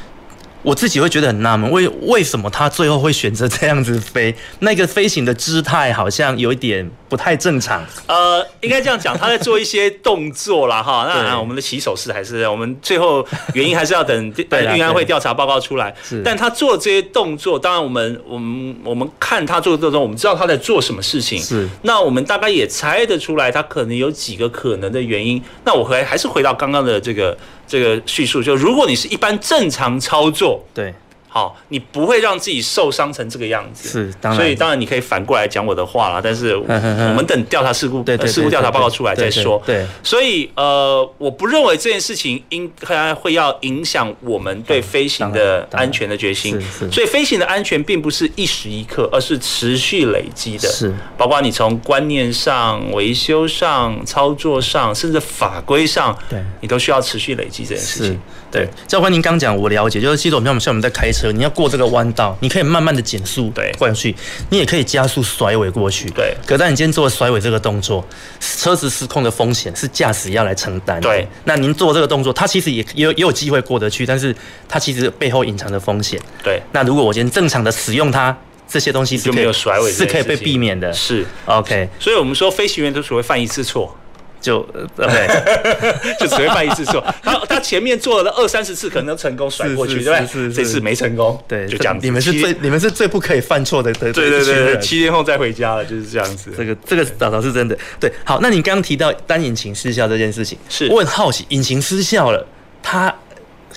[SPEAKER 6] 我自己会觉得很纳闷，为为什么他最后会选择这样子飞？ [laughs] 那个飞行的姿态好像有一点不太正常。
[SPEAKER 2] 呃，应该这样讲，他在做一些动作啦，哈。那
[SPEAKER 6] 对
[SPEAKER 2] 啊我们的起手式还是我们最后原因还是要等
[SPEAKER 6] [laughs] 对啦
[SPEAKER 2] 等运安
[SPEAKER 6] 对
[SPEAKER 2] 会调查报告出来
[SPEAKER 6] 是。
[SPEAKER 2] 但他做这些动作，当然我们我们我们看他做的动作，我们知道他在做什么事情。
[SPEAKER 6] 是
[SPEAKER 2] 那我们大概也猜得出来，他可能有几个可能的原因。那我还还是回到刚刚的这个这个叙述，就如果你是一般正常操作，
[SPEAKER 6] 对，
[SPEAKER 2] 好、你不会让自己受伤成这个样子。
[SPEAKER 6] 是当然
[SPEAKER 2] 所以当然你可以反过来讲我的话啦，但是我
[SPEAKER 6] 嗯嗯嗯
[SPEAKER 2] 我们等调查事故
[SPEAKER 6] 对对
[SPEAKER 2] 呃
[SPEAKER 6] 对
[SPEAKER 2] 事故调查报告出来
[SPEAKER 6] 对
[SPEAKER 2] 再
[SPEAKER 6] 对
[SPEAKER 2] 说。
[SPEAKER 6] 对对
[SPEAKER 2] 所以呃，我不认为这件事情应该会要影响我们对飞行的安全的决心。所以飞行的安全并不是一时一刻，而是持续累积的。
[SPEAKER 6] 是，
[SPEAKER 2] 包括你从观念上、维修上、操作上，甚至法规上，
[SPEAKER 6] 对，
[SPEAKER 2] 你都需要持续累积这件事
[SPEAKER 6] 是
[SPEAKER 2] 情。对，
[SPEAKER 6] 教官您刚讲我了解，就是其实我们像像我们在开车，你要过这个弯道，你可以慢慢的减速对过去，你也可以加速甩尾过去。对，可但你今天做甩尾这个动作，车子失控的风险是驾驶要来承担。对，那您做这个动作，它其实也也有也有机会过得去，但是它其实背后隐藏的风险。
[SPEAKER 2] 对，
[SPEAKER 6] 那如果我今天正常的使用它，这些东西是
[SPEAKER 2] 就
[SPEAKER 6] 可以
[SPEAKER 2] 没有甩尾这件
[SPEAKER 6] 是可以被
[SPEAKER 2] 事情
[SPEAKER 6] 避免的。
[SPEAKER 2] 是
[SPEAKER 6] OK，
[SPEAKER 2] 所以我们说飞行员都只会犯一次错。
[SPEAKER 6] 就呃对，
[SPEAKER 2] [laughs] 就只会犯一次错。他他前面做了二三十次，可能都成功甩过去，
[SPEAKER 6] 是是
[SPEAKER 2] 对不
[SPEAKER 6] 是
[SPEAKER 2] 对？
[SPEAKER 6] 是
[SPEAKER 2] 这次没成功，
[SPEAKER 6] 对，
[SPEAKER 2] [laughs] 就这样
[SPEAKER 6] [laughs]
[SPEAKER 2] 子。
[SPEAKER 6] 你们是
[SPEAKER 2] 七
[SPEAKER 6] 最你们是最不可以犯错的的
[SPEAKER 2] 对对
[SPEAKER 6] 的一群
[SPEAKER 2] 对对，
[SPEAKER 6] 人
[SPEAKER 2] 七天后再回家了，就是这样子。
[SPEAKER 6] 这个这个早早是真的。对，好，那你刚刚提到单引擎失效这件事情，
[SPEAKER 2] 是
[SPEAKER 6] 我很好奇，引擎失效了，它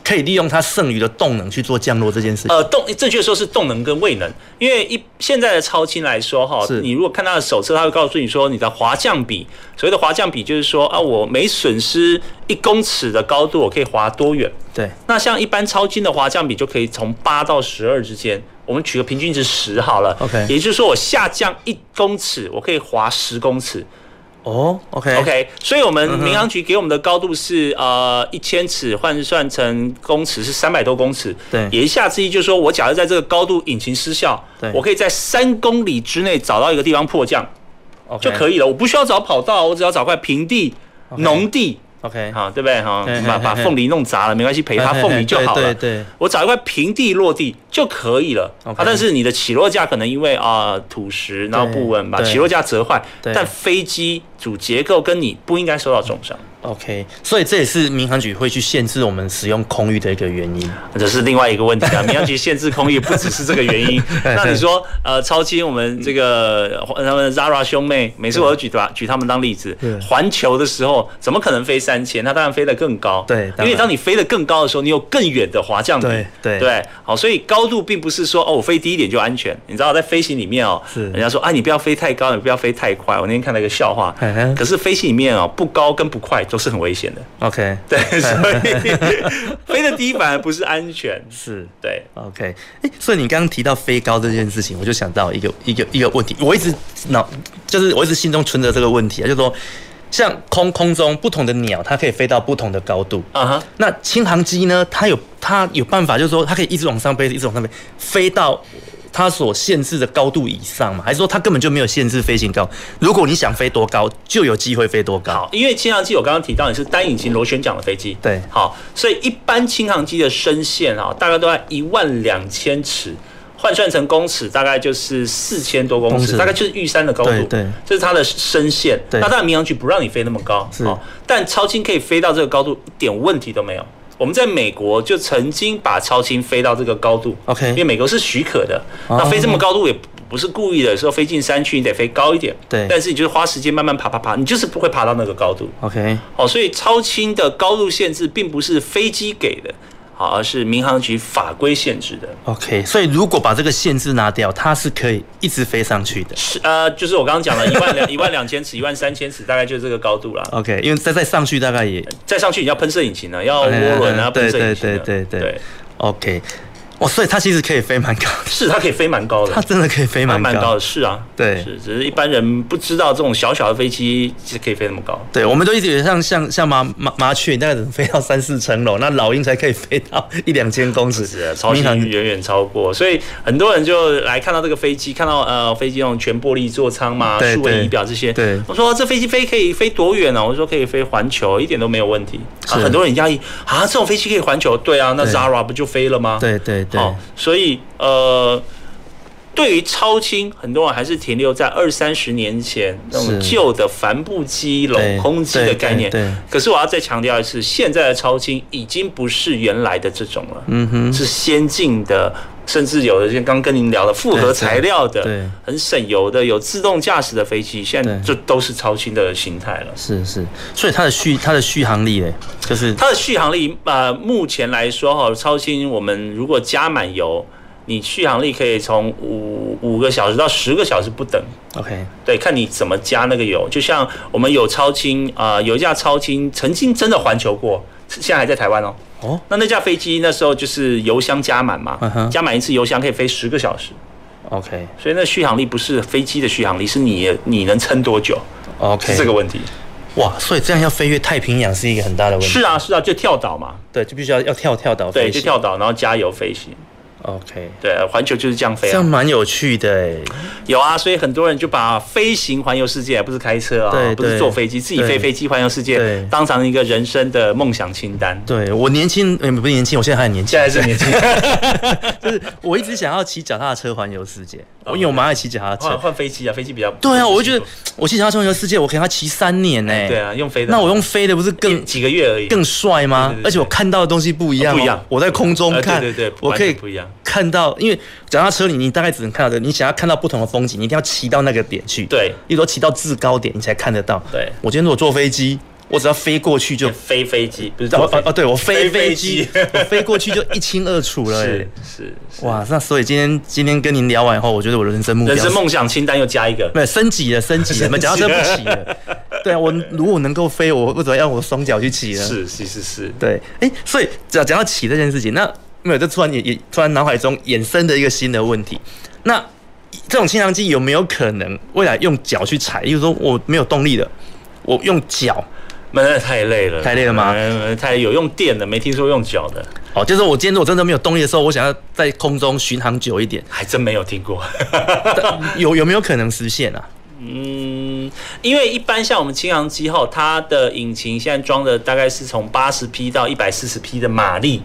[SPEAKER 6] 可以利用它剩余的动能去做降落这件事情。
[SPEAKER 2] 呃，动正确说是动能跟位能，因为一现在的超轻来说哈
[SPEAKER 6] 是，
[SPEAKER 2] 你如果看它的手册，它会告诉你说你的滑降比，所谓的滑降比就是说啊，我每损失一公尺的高度，我可以滑多远。
[SPEAKER 6] 对，
[SPEAKER 2] 那像一般超轻的滑降比就可以从八到十二之间，我们取个平均值十好了。
[SPEAKER 6] OK
[SPEAKER 2] 也就是说我下降一公尺，我可以滑十公尺。
[SPEAKER 6] 哦，OK
[SPEAKER 2] OK，所以我们
[SPEAKER 6] 嗯哼
[SPEAKER 2] 民航局给我们的高度
[SPEAKER 6] 嗯
[SPEAKER 2] 是、呃一千尺换算成公尺是三百多公尺，
[SPEAKER 6] 对
[SPEAKER 2] 言下之意就是说我假如在这个高度引擎失效
[SPEAKER 6] 对，
[SPEAKER 2] 我可以在三公里之内找到一个地方迫降
[SPEAKER 6] OK
[SPEAKER 2] 就可以了，我不需要找跑道，我只要找块平地、农地。
[SPEAKER 6] OK，
[SPEAKER 2] 好，对不对？哈
[SPEAKER 6] 对，
[SPEAKER 2] 把把
[SPEAKER 6] 嘿嘿
[SPEAKER 2] 凤梨弄砸了没关系，赔
[SPEAKER 6] [laughs]
[SPEAKER 2] 他凤梨就好
[SPEAKER 6] 对
[SPEAKER 2] 了。
[SPEAKER 6] 对对
[SPEAKER 2] 我找一块平地落地就可以了。啊
[SPEAKER 6] OK，
[SPEAKER 2] 但是你的起落架可能因为啊、土石然后不稳把
[SPEAKER 6] 对
[SPEAKER 2] 起落架折坏，
[SPEAKER 6] 对
[SPEAKER 2] 但飞机主结构跟你不应该受到重伤，
[SPEAKER 6] OK，所以这也是民航局会去限制我们使用空域的一个原因。。
[SPEAKER 2] 这是另外一个问题啊。民航局限制空域不只是这个原因
[SPEAKER 6] [laughs]
[SPEAKER 2] 那你说呃，超轻我们这个呃他们 Zara 兄妹，每次我都举他举他们当例子
[SPEAKER 6] 对，
[SPEAKER 2] 环球的时候怎么可能飞三千？他当然飞得更高。
[SPEAKER 6] 对，
[SPEAKER 2] 因为
[SPEAKER 6] 当
[SPEAKER 2] 当你飞得更高的时候，你有更远的滑降比，
[SPEAKER 6] 对对
[SPEAKER 2] 对，好，所以高度并不是说哦，我飞低一点就安全。你知道，在飞行里面哦，
[SPEAKER 6] 是
[SPEAKER 2] 人家说啊，你不要飞太高，你不要飞太快。我那天看到一个笑话
[SPEAKER 6] 嗯哼，
[SPEAKER 2] 可是飞行里面哦，不高跟不快都是很危险的，
[SPEAKER 6] 然 OK，
[SPEAKER 2] [laughs] 对，所以飞得低反而不是安全，
[SPEAKER 6] 是
[SPEAKER 2] 对。
[SPEAKER 6] OK，哎，所以你刚刚提到飞高这件事情，我就想到一个一个一个问题，我一直脑就是我一直心中存着这个问题啊，就是说，像空空中不同的鸟，它可以飞到不同的高度
[SPEAKER 2] 啊哈。
[SPEAKER 6] 那轻航机呢，它有它有办法，就是说它可以一直往上飞，一直往上飞，飞到它所限制的高度以上嘛？还是说它根本就没有限制飞行高？如果你想飞多高，就有机会飞多高。
[SPEAKER 2] 因为轻航机我刚刚提到你是单引擎螺旋桨的飞机，
[SPEAKER 6] 对
[SPEAKER 2] 好，所以一般轻航机的升限啊，大概都在一万两千尺，换算成公尺大概就是四千多公
[SPEAKER 6] 公
[SPEAKER 2] 尺，
[SPEAKER 6] 尺
[SPEAKER 2] 大概就是玉山的高度，
[SPEAKER 6] 对对
[SPEAKER 2] 这是它的升限。
[SPEAKER 6] 对
[SPEAKER 2] 那当然民航局不让你飞那么高，
[SPEAKER 6] 是
[SPEAKER 2] 好但超轻可以飞到这个高度，一点问题都没有。我们在美国就曾经把超轻飞到这个高度
[SPEAKER 6] OK
[SPEAKER 2] 因为美国是许可的，
[SPEAKER 6] 哦
[SPEAKER 2] 那飞这么高度也不不是故意的，说飞进山区你得飞高一点，
[SPEAKER 6] 对
[SPEAKER 2] 但是你就是花时间慢慢爬爬爬，你就是不会爬到那个高度。
[SPEAKER 6] OK，
[SPEAKER 2] 哦，所以超轻的高度限制并不是飞机给的，好，而是民航局法规限制的。
[SPEAKER 6] OK，所以如果把这个限制拿掉，它是可以一直飞上去的。
[SPEAKER 2] 是呃，就是我刚刚讲了一万两、一 [laughs] 万两千尺、一万三千尺，大概就是这个高度啦。
[SPEAKER 6] OK，因为再再上去大概也
[SPEAKER 2] 再上去你要喷射引擎了，要涡轮啊，
[SPEAKER 6] 哎对
[SPEAKER 2] 喷射
[SPEAKER 6] 对
[SPEAKER 2] 引擎
[SPEAKER 6] 对
[SPEAKER 2] 了。
[SPEAKER 6] 对对 OK，哦，所以它其实可以飞蛮高 [laughs] 的，
[SPEAKER 2] 是它可以飞蛮高的，
[SPEAKER 6] 它真的可以飞
[SPEAKER 2] 它
[SPEAKER 6] 蛮
[SPEAKER 2] 蛮
[SPEAKER 6] 高
[SPEAKER 2] 高的，是啊，
[SPEAKER 6] 对
[SPEAKER 2] 是，只是一般人不知道这种小小的飞机是可以飞那么高。
[SPEAKER 6] 对，我们都一直以为像像像麻麻麻雀，大概只能飞到三四层楼，那老鹰才可以飞到一两千公尺，
[SPEAKER 2] 超
[SPEAKER 6] 民
[SPEAKER 2] 级
[SPEAKER 6] 航
[SPEAKER 2] 远远超过，所以很多人就来看到这个飞机，看到呃飞机那种全玻璃座舱嘛、
[SPEAKER 6] 对
[SPEAKER 2] 数
[SPEAKER 6] 对
[SPEAKER 2] 位仪表这些，
[SPEAKER 6] 对
[SPEAKER 2] 我说这飞机飞可以飞多远呢、啊我说可以飞环球，一点都没有问题。啊，
[SPEAKER 6] 是
[SPEAKER 2] 很多人压抑啊，这种飞机可以环球，对啊，那
[SPEAKER 6] 对
[SPEAKER 2] 哦 Zara 不就飞了吗？
[SPEAKER 6] 对对对
[SPEAKER 2] 好，所以呃。对于超轻，很多人还是停留在二三十年前那种
[SPEAKER 6] 是
[SPEAKER 2] 旧的帆布机、镂空机的
[SPEAKER 6] 对
[SPEAKER 2] 概念。
[SPEAKER 6] 对对
[SPEAKER 2] 可是我要再强调一次，现在的超轻已经不是原来的这种了，
[SPEAKER 6] 嗯哼
[SPEAKER 2] 是先进的，甚至有的像刚跟您聊的复合材料的，
[SPEAKER 6] 对对对
[SPEAKER 2] 很省油的，有自动驾驶的飞机，现在
[SPEAKER 6] 对
[SPEAKER 2] 这都是超轻的形态了。
[SPEAKER 6] 是是，所以它的续它的续航力嘞，就是
[SPEAKER 2] 它的续航力，呃，目前来说哈，超轻我们如果加满油，你续航力可以从五五个小时到十个小时不等。
[SPEAKER 6] OK
[SPEAKER 2] 对，看你怎么加那个油。就像我们有超轻啊、呃有一架超轻曾经真的环球过，现在还在台湾哦。
[SPEAKER 6] 哦，
[SPEAKER 2] 那那架飞机那时候就是油箱加满嘛
[SPEAKER 6] 嗯哼
[SPEAKER 2] 加满一次油箱可以飞十个小时，
[SPEAKER 6] OK
[SPEAKER 2] 所以那续航力不是飞机的续航力，是你你能撑多久
[SPEAKER 6] OK 嗯
[SPEAKER 2] 是这个问题。
[SPEAKER 6] 哇，所以这样要飞越太平洋是一个很大的问题。
[SPEAKER 2] 是啊，是啊，就跳岛嘛，
[SPEAKER 6] 对，就必须要要跳跳岛飞
[SPEAKER 2] 对，
[SPEAKER 6] 行
[SPEAKER 2] 就跳岛，然后加油飞行。
[SPEAKER 6] OK，
[SPEAKER 2] 对，环球就是这样飞
[SPEAKER 6] 这
[SPEAKER 2] 啊
[SPEAKER 6] 样。蛮有趣的欸
[SPEAKER 2] 有啊，所以很多人就把飞行环游世界，不是开车啊，
[SPEAKER 6] 对
[SPEAKER 2] 不是
[SPEAKER 6] 对
[SPEAKER 2] 坐飞机，自己
[SPEAKER 6] 对
[SPEAKER 2] 飞飞机环游世
[SPEAKER 6] 对
[SPEAKER 2] 界，当成一个人生的梦想清单。
[SPEAKER 6] 对我年轻，呃，不是年轻，我现在还很年轻，
[SPEAKER 2] 现在是年轻，
[SPEAKER 6] 就是 [laughs] 我一直想要骑脚踏车环游世界，
[SPEAKER 2] 哦
[SPEAKER 6] 我因为我蛮爱骑脚踏
[SPEAKER 2] 换
[SPEAKER 6] 车。
[SPEAKER 2] 换飞机啊，飞机比较
[SPEAKER 6] 对啊，我就觉得我骑脚踏车环游世界，我可以要骑三年呢、
[SPEAKER 2] 对啊，用飞的
[SPEAKER 6] 那我用飞的不是更
[SPEAKER 2] 几个月而已，
[SPEAKER 6] 更帅吗
[SPEAKER 2] 对对？对
[SPEAKER 6] 而且我看到的东西不一样、哦，
[SPEAKER 2] 不一样
[SPEAKER 6] 我在空中
[SPEAKER 2] 呃
[SPEAKER 6] 看，
[SPEAKER 2] 对对对，
[SPEAKER 6] 我可
[SPEAKER 2] 完
[SPEAKER 6] 以
[SPEAKER 2] 全不一样。
[SPEAKER 6] 看到，因为脚踏车你你大概只能看到这个，你想要看到不同的风景，你一定要骑到那个点去。
[SPEAKER 2] 对，
[SPEAKER 6] 例如说骑到制高点，你才看得到。
[SPEAKER 2] 对
[SPEAKER 6] 我今天如果坐飞机，我只要飞过去就，
[SPEAKER 2] 飞飞机不是
[SPEAKER 6] 我
[SPEAKER 2] 坐飞
[SPEAKER 6] 哦哦，对我飞
[SPEAKER 2] 飞
[SPEAKER 6] 飞机，我飞过去就一清二楚
[SPEAKER 2] [laughs]
[SPEAKER 6] 了。
[SPEAKER 2] 是
[SPEAKER 6] 欸
[SPEAKER 2] 是是
[SPEAKER 6] 哇，那所以今天今天跟您聊完以后，我觉得我的人生目标
[SPEAKER 2] 人
[SPEAKER 6] 是
[SPEAKER 2] 生梦想清单又加一个，
[SPEAKER 6] 没有升级了，升
[SPEAKER 2] [laughs]
[SPEAKER 6] 级了，没脚踏车不骑了。对啊，我如果能够飞，我为什么要我双脚去骑呢？
[SPEAKER 2] 是是是是，
[SPEAKER 6] 对，哎，所以讲讲到起这件事情，那没有，这突然也也突然脑海中衍生的一个新的问题，那这种轻量机有没有可能未来用脚去踩？例如说我没有动力了，我用脚，
[SPEAKER 2] 那那太累了，
[SPEAKER 6] 太累了吗
[SPEAKER 2] 嗯？太有用电的，没听说用脚的，
[SPEAKER 6] 哦，就是我今天如果真的没有动力的时候，我想要在空中巡航久一点，
[SPEAKER 2] 还真没有听过。
[SPEAKER 6] 有有没有可能实现啊？
[SPEAKER 2] 嗯，因为一般像我们轻航机后，它的引擎现在装的大概是从八十匹到一百四十匹的马力，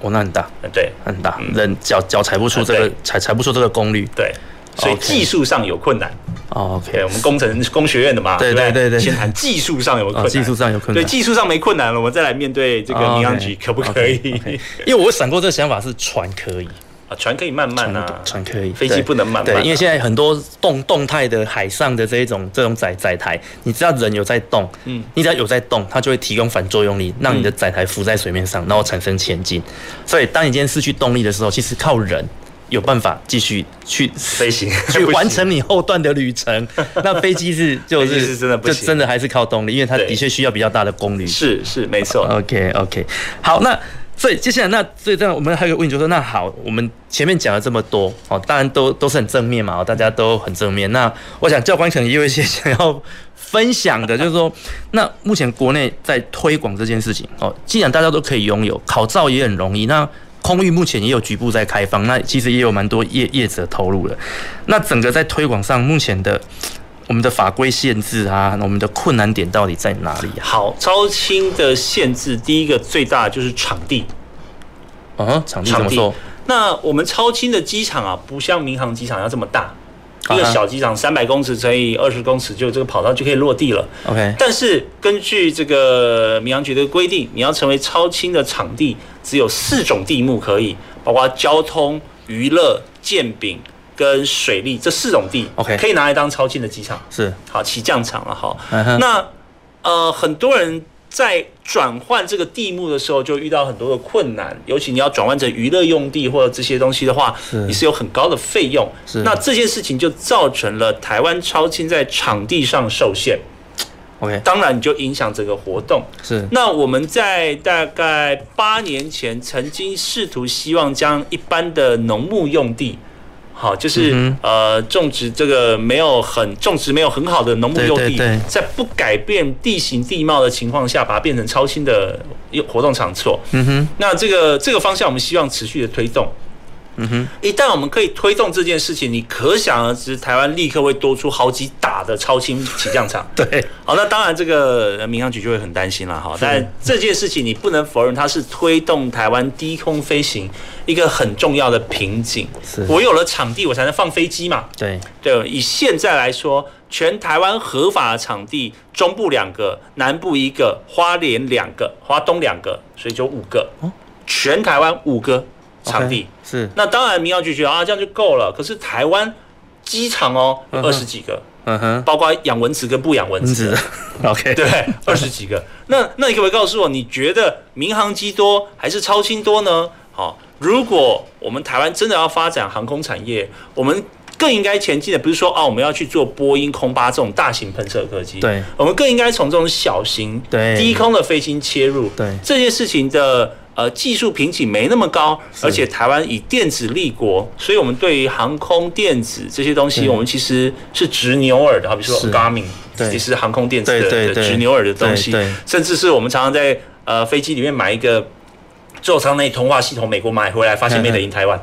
[SPEAKER 6] 哦，那很大
[SPEAKER 2] 呃对
[SPEAKER 6] 很大，人脚脚踩不出这
[SPEAKER 2] 啊
[SPEAKER 6] 个
[SPEAKER 2] 对
[SPEAKER 6] 踩踩不出这个功率。
[SPEAKER 2] 对，所以
[SPEAKER 6] OK
[SPEAKER 2] 技术上有困难。
[SPEAKER 6] 哦，OK，
[SPEAKER 2] 对，我们工程工学院的嘛，
[SPEAKER 6] 对
[SPEAKER 2] 对不
[SPEAKER 6] 对对对
[SPEAKER 2] 先谈技术上有没有困
[SPEAKER 6] 哦
[SPEAKER 2] 难，
[SPEAKER 6] 技术上有困难
[SPEAKER 2] 对，技术上没困难了，我们再来面对这个
[SPEAKER 6] 哦
[SPEAKER 2] 民航
[SPEAKER 6] OK，
[SPEAKER 2] 局可不可以？ [laughs]
[SPEAKER 6] 因为我闪过这个想法是船可以，
[SPEAKER 2] 啊，船可以慢慢啊，
[SPEAKER 6] 船可以，
[SPEAKER 2] 飞机
[SPEAKER 6] 对
[SPEAKER 2] 不能慢慢啊
[SPEAKER 6] 对，因为现在很多动动态的海上的这一种这种载载台，你只要人有在动，
[SPEAKER 2] 嗯
[SPEAKER 6] 你只要有在动，它就会提供反作用力，让你的载台浮在水面上，然后产生前进。所以当你今天失去动力的时候，其实靠人。有办法继续去飞
[SPEAKER 2] 行
[SPEAKER 6] [laughs] 去
[SPEAKER 2] 不行
[SPEAKER 6] 完成你后段的旅程。那飞机是 [laughs] 就
[SPEAKER 2] 飞机
[SPEAKER 6] 是
[SPEAKER 2] 是真的不
[SPEAKER 6] 就
[SPEAKER 2] 行
[SPEAKER 6] 真的还是靠动力，因为它
[SPEAKER 2] 对
[SPEAKER 6] 的确需要比较大的功率。
[SPEAKER 2] 是是没错。
[SPEAKER 6] OK OK，好，那所以接下来那所以这样，我们还有一个问题就是说，那好，我们前面讲了这么多哦，当然都都是很正面嘛，哦，大家都很正面。那我想教官可能也有一些 [laughs] 想要分享的，就是说，那目前国内在推广这件事情哦，既然大家都可以拥有，考照也很容易，那。空域目前也有局部在开放，那其实也有蛮多业业者投入了。那整个在推广上，目前的我们的法规限制啊，那我们的困难点到底在哪里啊？
[SPEAKER 2] 好，超轻的限制，第一个最大的就是场地，
[SPEAKER 6] 哦，场地怎
[SPEAKER 2] 场
[SPEAKER 6] 么
[SPEAKER 2] 地
[SPEAKER 6] 说？。
[SPEAKER 2] 那我们超轻的机场啊，不像民航机场要这么大，
[SPEAKER 6] 啊
[SPEAKER 2] 一个
[SPEAKER 6] 哈
[SPEAKER 2] 小机场三百公尺乘以二十公尺，就这个跑道就可以落地了。
[SPEAKER 6] OK，
[SPEAKER 2] 但是根据这个民航局的规定，你要成为超轻的场地，只有四种地目可以，包括交通、娱乐、建饼跟水利这四种地
[SPEAKER 6] OK
[SPEAKER 2] 可以拿来当超轻的机场。
[SPEAKER 6] 是，
[SPEAKER 2] 好，起降场了哈。
[SPEAKER 6] 嗯哼
[SPEAKER 2] 那呃，很多人在转换这个地目的时候，就遇到很多的困难，尤其你要转换成娱乐用地或者这些东西的话，你是有很高的费用
[SPEAKER 6] 是。
[SPEAKER 2] 那这件事情就造成了台湾超轻在场地上受限，
[SPEAKER 6] OK，
[SPEAKER 2] 当然你就影响整个活动。
[SPEAKER 6] 是
[SPEAKER 2] 那我们在大概八年前曾经试图希望将一般的农牧用地，好，就是、
[SPEAKER 6] 嗯
[SPEAKER 2] 呃种植这个没有很种植没有很好的农牧用
[SPEAKER 6] 对
[SPEAKER 2] 地，
[SPEAKER 6] 对对
[SPEAKER 2] 在不改变地形地貌的情况下，把它变成超新的活动场所。
[SPEAKER 6] 嗯哼，
[SPEAKER 2] 那这个这个方向我们希望持续的推动。嗯哼，一旦我们可以推动这件事情，你可想而知，台湾立刻会多出好几打的超轻起降场。
[SPEAKER 6] [laughs] 对，
[SPEAKER 2] 好，那当然这个呃民航局就会很担心了哈。但这件事情你不能否认，它是推动台湾低空飞行一个很重要的瓶颈。
[SPEAKER 6] 是
[SPEAKER 2] 我有了场地，我才能放飞机嘛。
[SPEAKER 6] 对，
[SPEAKER 2] 对，以现在来说，全台湾合法的场地，中部两个，南部一个，花莲两个，花东两个，所以就五个。全台湾五个场地。
[SPEAKER 6] 哦 OK，是
[SPEAKER 2] 那当然，民航局觉得啊，这样就够了。可是台湾机场哦，
[SPEAKER 6] 嗯
[SPEAKER 2] 有
[SPEAKER 6] 哼
[SPEAKER 2] 二十几个，
[SPEAKER 6] 嗯哼，
[SPEAKER 2] 包括养蚊子跟不养蚊子 [laughs] 的。
[SPEAKER 6] OK，
[SPEAKER 2] 对， [laughs] 二十几个。那那你可不可以告诉我，你觉得民航机多还是超轻多呢？好、如果我们台湾真的要发展航空产业，我们更应该前进的不是说啊，我们要去做波音、空巴这种大型喷射客机，
[SPEAKER 6] 对
[SPEAKER 2] 我们更应该从这种小型、
[SPEAKER 6] 对
[SPEAKER 2] 低空的飞行切入，
[SPEAKER 6] 对
[SPEAKER 2] 这件事情的。呃，技术瓶颈没那么高，而且台湾以电子立国，所以我们对于航空电子这些东西，
[SPEAKER 6] 对
[SPEAKER 2] 我们其实是执牛耳的。好比说
[SPEAKER 6] 嗯是
[SPEAKER 2] Garmin，
[SPEAKER 6] 对
[SPEAKER 2] 其实航空电子的
[SPEAKER 6] 对对
[SPEAKER 2] 的
[SPEAKER 6] 对
[SPEAKER 2] 执牛耳的东西
[SPEAKER 6] 对对，
[SPEAKER 2] 甚至是我们常常在呃飞机里面买一个座舱内通话系统，美国买回来发现没得
[SPEAKER 6] [laughs]
[SPEAKER 2] 赢台湾，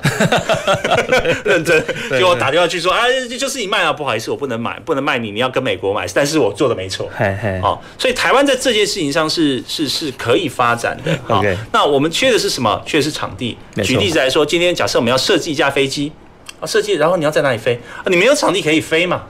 [SPEAKER 2] 认真，
[SPEAKER 6] 对
[SPEAKER 2] 给我打电话去说，哎，这就是你卖啊，不好意思，我不能买，不能卖你，你要跟美国买，但是我做的没错。
[SPEAKER 6] 嘿嘿，
[SPEAKER 2] 哦，所以台湾在这件事情上是是是可以发展的。好
[SPEAKER 6] OK
[SPEAKER 2] 那我们缺的是什么？缺的是场地。
[SPEAKER 6] 没错
[SPEAKER 2] 举例子来说，今天假设我们要设计一架飞机，啊，设计，然后你要在哪里飞？啊，你没有场地可以飞嘛？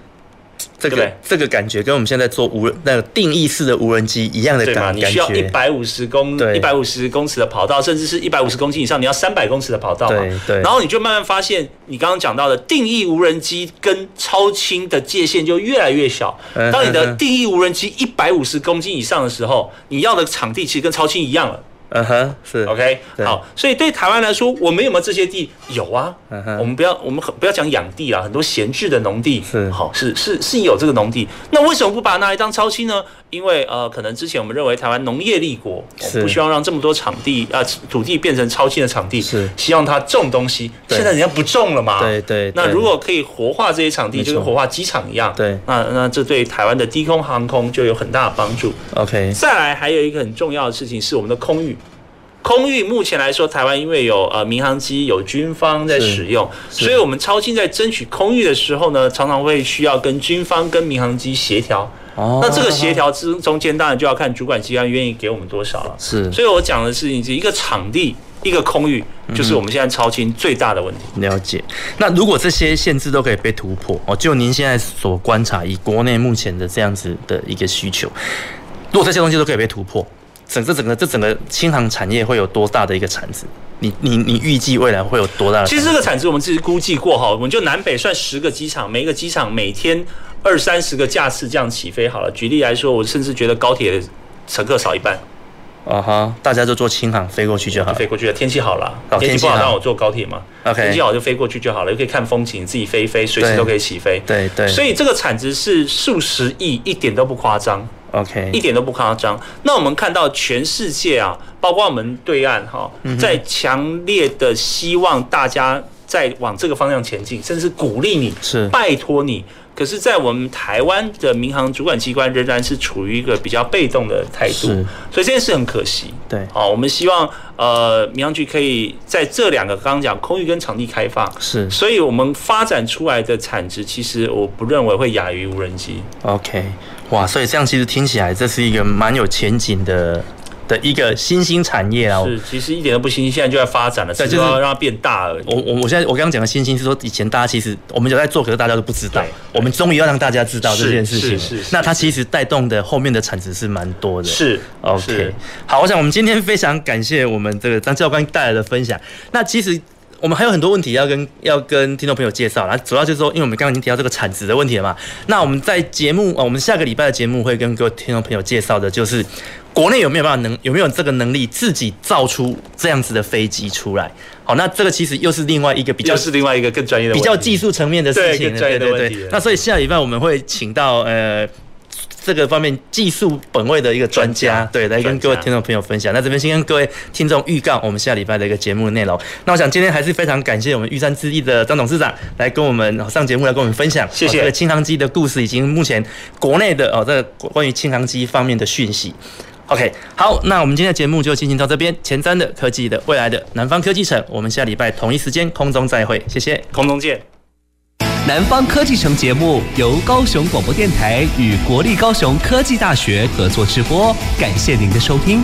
[SPEAKER 6] 这
[SPEAKER 2] 对
[SPEAKER 6] 个
[SPEAKER 2] 不
[SPEAKER 6] 这个感觉跟我们现在做无人那个定义式的无人机一样的
[SPEAKER 2] 对嘛？
[SPEAKER 6] 感
[SPEAKER 2] 你
[SPEAKER 6] 感
[SPEAKER 2] 需要一
[SPEAKER 6] 觉，
[SPEAKER 2] 百五十公
[SPEAKER 6] 对
[SPEAKER 2] 一百五十公尺的跑道，甚至是一百五十公斤以上，你要三百公尺的跑道嘛
[SPEAKER 6] 对。对
[SPEAKER 2] 然后你就慢慢发现，你刚刚讲到的定义无人机跟超轻的界限就越来越小
[SPEAKER 6] 嗯。
[SPEAKER 2] 当你
[SPEAKER 6] 嗯
[SPEAKER 2] 的
[SPEAKER 6] 嗯
[SPEAKER 2] 定义无人机一百五十公斤以上的时候，你要的场地其实跟超轻一样了。
[SPEAKER 6] 嗯哼，是
[SPEAKER 2] OK，
[SPEAKER 6] 对
[SPEAKER 2] 好，所以对台湾来说，我们有没有这些地？有啊，
[SPEAKER 6] 嗯哼
[SPEAKER 2] 我们不要，我们很不要讲养地啊啦，很多闲置的农地
[SPEAKER 6] 是
[SPEAKER 2] 好、是是是有这个农地。那为什么不把它拿来当超期呢？因为呃，可能之前我们认为台湾农业立国，我
[SPEAKER 6] 是
[SPEAKER 2] 们不希望让这么多场地啊、土地变成超期的场地，
[SPEAKER 6] 是
[SPEAKER 2] 希望它种东西。
[SPEAKER 6] 对
[SPEAKER 2] 现在人家不种了嘛，
[SPEAKER 6] 对对
[SPEAKER 2] 那
[SPEAKER 6] 对
[SPEAKER 2] 如果可以活化这些场地，
[SPEAKER 6] 没错
[SPEAKER 2] 就跟活化机场一样，
[SPEAKER 6] 对
[SPEAKER 2] 那那这对台湾的低空航空就有很大的帮助。
[SPEAKER 6] OK，
[SPEAKER 2] 再来还有一个很重要的事情是我们的空域。空域目前来说，台湾因为有呃民航机、有军方在使用，
[SPEAKER 6] 是
[SPEAKER 2] 所以我们超轻在争取空域的时候呢，常常会需要跟军方、跟民航机协调。
[SPEAKER 6] 哦
[SPEAKER 2] 那这个协调之中间，当然就要看主管机关愿意给我们多少了。
[SPEAKER 6] 是
[SPEAKER 2] 所以我讲的事情是一个场地、一个空域，
[SPEAKER 6] 嗯
[SPEAKER 2] 就是我们现在超轻最大的问题。
[SPEAKER 6] 了解。那如果这些限制都可以被突破，哦，就您现在所观察，以国内目前的这样子的一个需求，如果这些东西都可以被突破，整这整个这整个轻航产业会有多大的一个产值？你你你预计未来会有多大的产值？
[SPEAKER 2] [laughs] 其实这个产值我们自己估计过哈，我们就南北算十个机场，每一个机场每天二三十个架次这样起飞好了。举例来说，我甚至觉得高铁乘客少一半，
[SPEAKER 6] 啊哈，大家就坐轻航飞过去就好
[SPEAKER 2] 就飞过去了。天气好了
[SPEAKER 6] 哦，
[SPEAKER 2] 天气
[SPEAKER 6] 天
[SPEAKER 2] 不
[SPEAKER 6] 气
[SPEAKER 2] 好
[SPEAKER 6] 好
[SPEAKER 2] 让我坐高铁嘛。
[SPEAKER 6] OK
[SPEAKER 2] 天气好就飞过去就好了，又可以看风景，自己飞一飞，随时
[SPEAKER 6] 对
[SPEAKER 2] 都可以起飞。
[SPEAKER 6] 对对，
[SPEAKER 2] 所以这个产值是数十亿，一点都不夸张。
[SPEAKER 6] OK，
[SPEAKER 2] 一点都不夸张。那我们看到全世界啊，包括我们对岸哈、
[SPEAKER 6] 嗯
[SPEAKER 2] 在强烈的希望大家在往这个方向前进，甚至鼓励你，
[SPEAKER 6] 是
[SPEAKER 2] 拜托你。可是，在我们台湾的民航主管机关仍然是处于一个比较被动的态度，
[SPEAKER 6] 是
[SPEAKER 2] 所以这件事很可惜。
[SPEAKER 6] 对
[SPEAKER 2] 好、我们希望呃民航局可以在这两个刚刚讲空域跟场地开放，
[SPEAKER 6] 是
[SPEAKER 2] 所以我们发展出来的产值，其实我不认为会亚于无人机。
[SPEAKER 6] OK，哇，所以这样其实听起来这是一个蛮有前景的的一个新兴产业啊。
[SPEAKER 2] 是，其实一点都不新鲜，现在就在发展了，只
[SPEAKER 6] 对
[SPEAKER 2] 是
[SPEAKER 6] 就是
[SPEAKER 2] 要让它变大而已。
[SPEAKER 6] 我我我现在我刚刚讲的新兴是说，以前大家其实我们有在做，可是大家都不知道
[SPEAKER 2] 对。
[SPEAKER 6] 我们终于要让大家知道这件事情了。
[SPEAKER 2] 是是是是
[SPEAKER 6] 那它其实带动的后面的产值是蛮多的。
[SPEAKER 2] 是
[SPEAKER 6] OK，
[SPEAKER 2] 是
[SPEAKER 6] 好，我想我们今天非常感谢我们这个张教官带来的分享。那其实。我们还有很多问题要跟要跟听众朋友介绍啦，主要就是说，因为我们刚刚已经提到这个产值的问题了嘛，那我们在节目啊、呃我们下个礼拜的节目会跟各位听众朋友介绍的，就是国内有没有办法能有没有这个能力自己造出这样子的飞机出来？好，那这个其实又是另外一个比较
[SPEAKER 2] 又是另外一个更专业的
[SPEAKER 6] 比
[SPEAKER 2] 问题，
[SPEAKER 6] 较技术层面的事情了，
[SPEAKER 2] 对更专业的
[SPEAKER 6] 对
[SPEAKER 2] 问题了
[SPEAKER 6] 那所以下礼拜我们会请到呃这个方面技术本位的一个专家，
[SPEAKER 2] 专家
[SPEAKER 6] 对，来跟
[SPEAKER 2] 专家
[SPEAKER 6] 各位听众朋友分享。那这边先跟各位听众预告我们下礼拜的一个节目内容。那我想今天还是非常感谢我们玉山之地的张董事长来跟我们哦上节目来跟我们分享，
[SPEAKER 2] 谢谢
[SPEAKER 6] 哦这个清航机的故事以及目前国内的哦这个关于清航机方面的讯息。 OK，好，那我们今天的节目就进行到这边。前瞻的科技的未来的南方科技城，我们下礼拜同一时间空中再会，谢谢，
[SPEAKER 2] 空中见。
[SPEAKER 4] 南方科技城节目由高雄广播电台与国立高雄科技大学合作直播，感谢您的收听。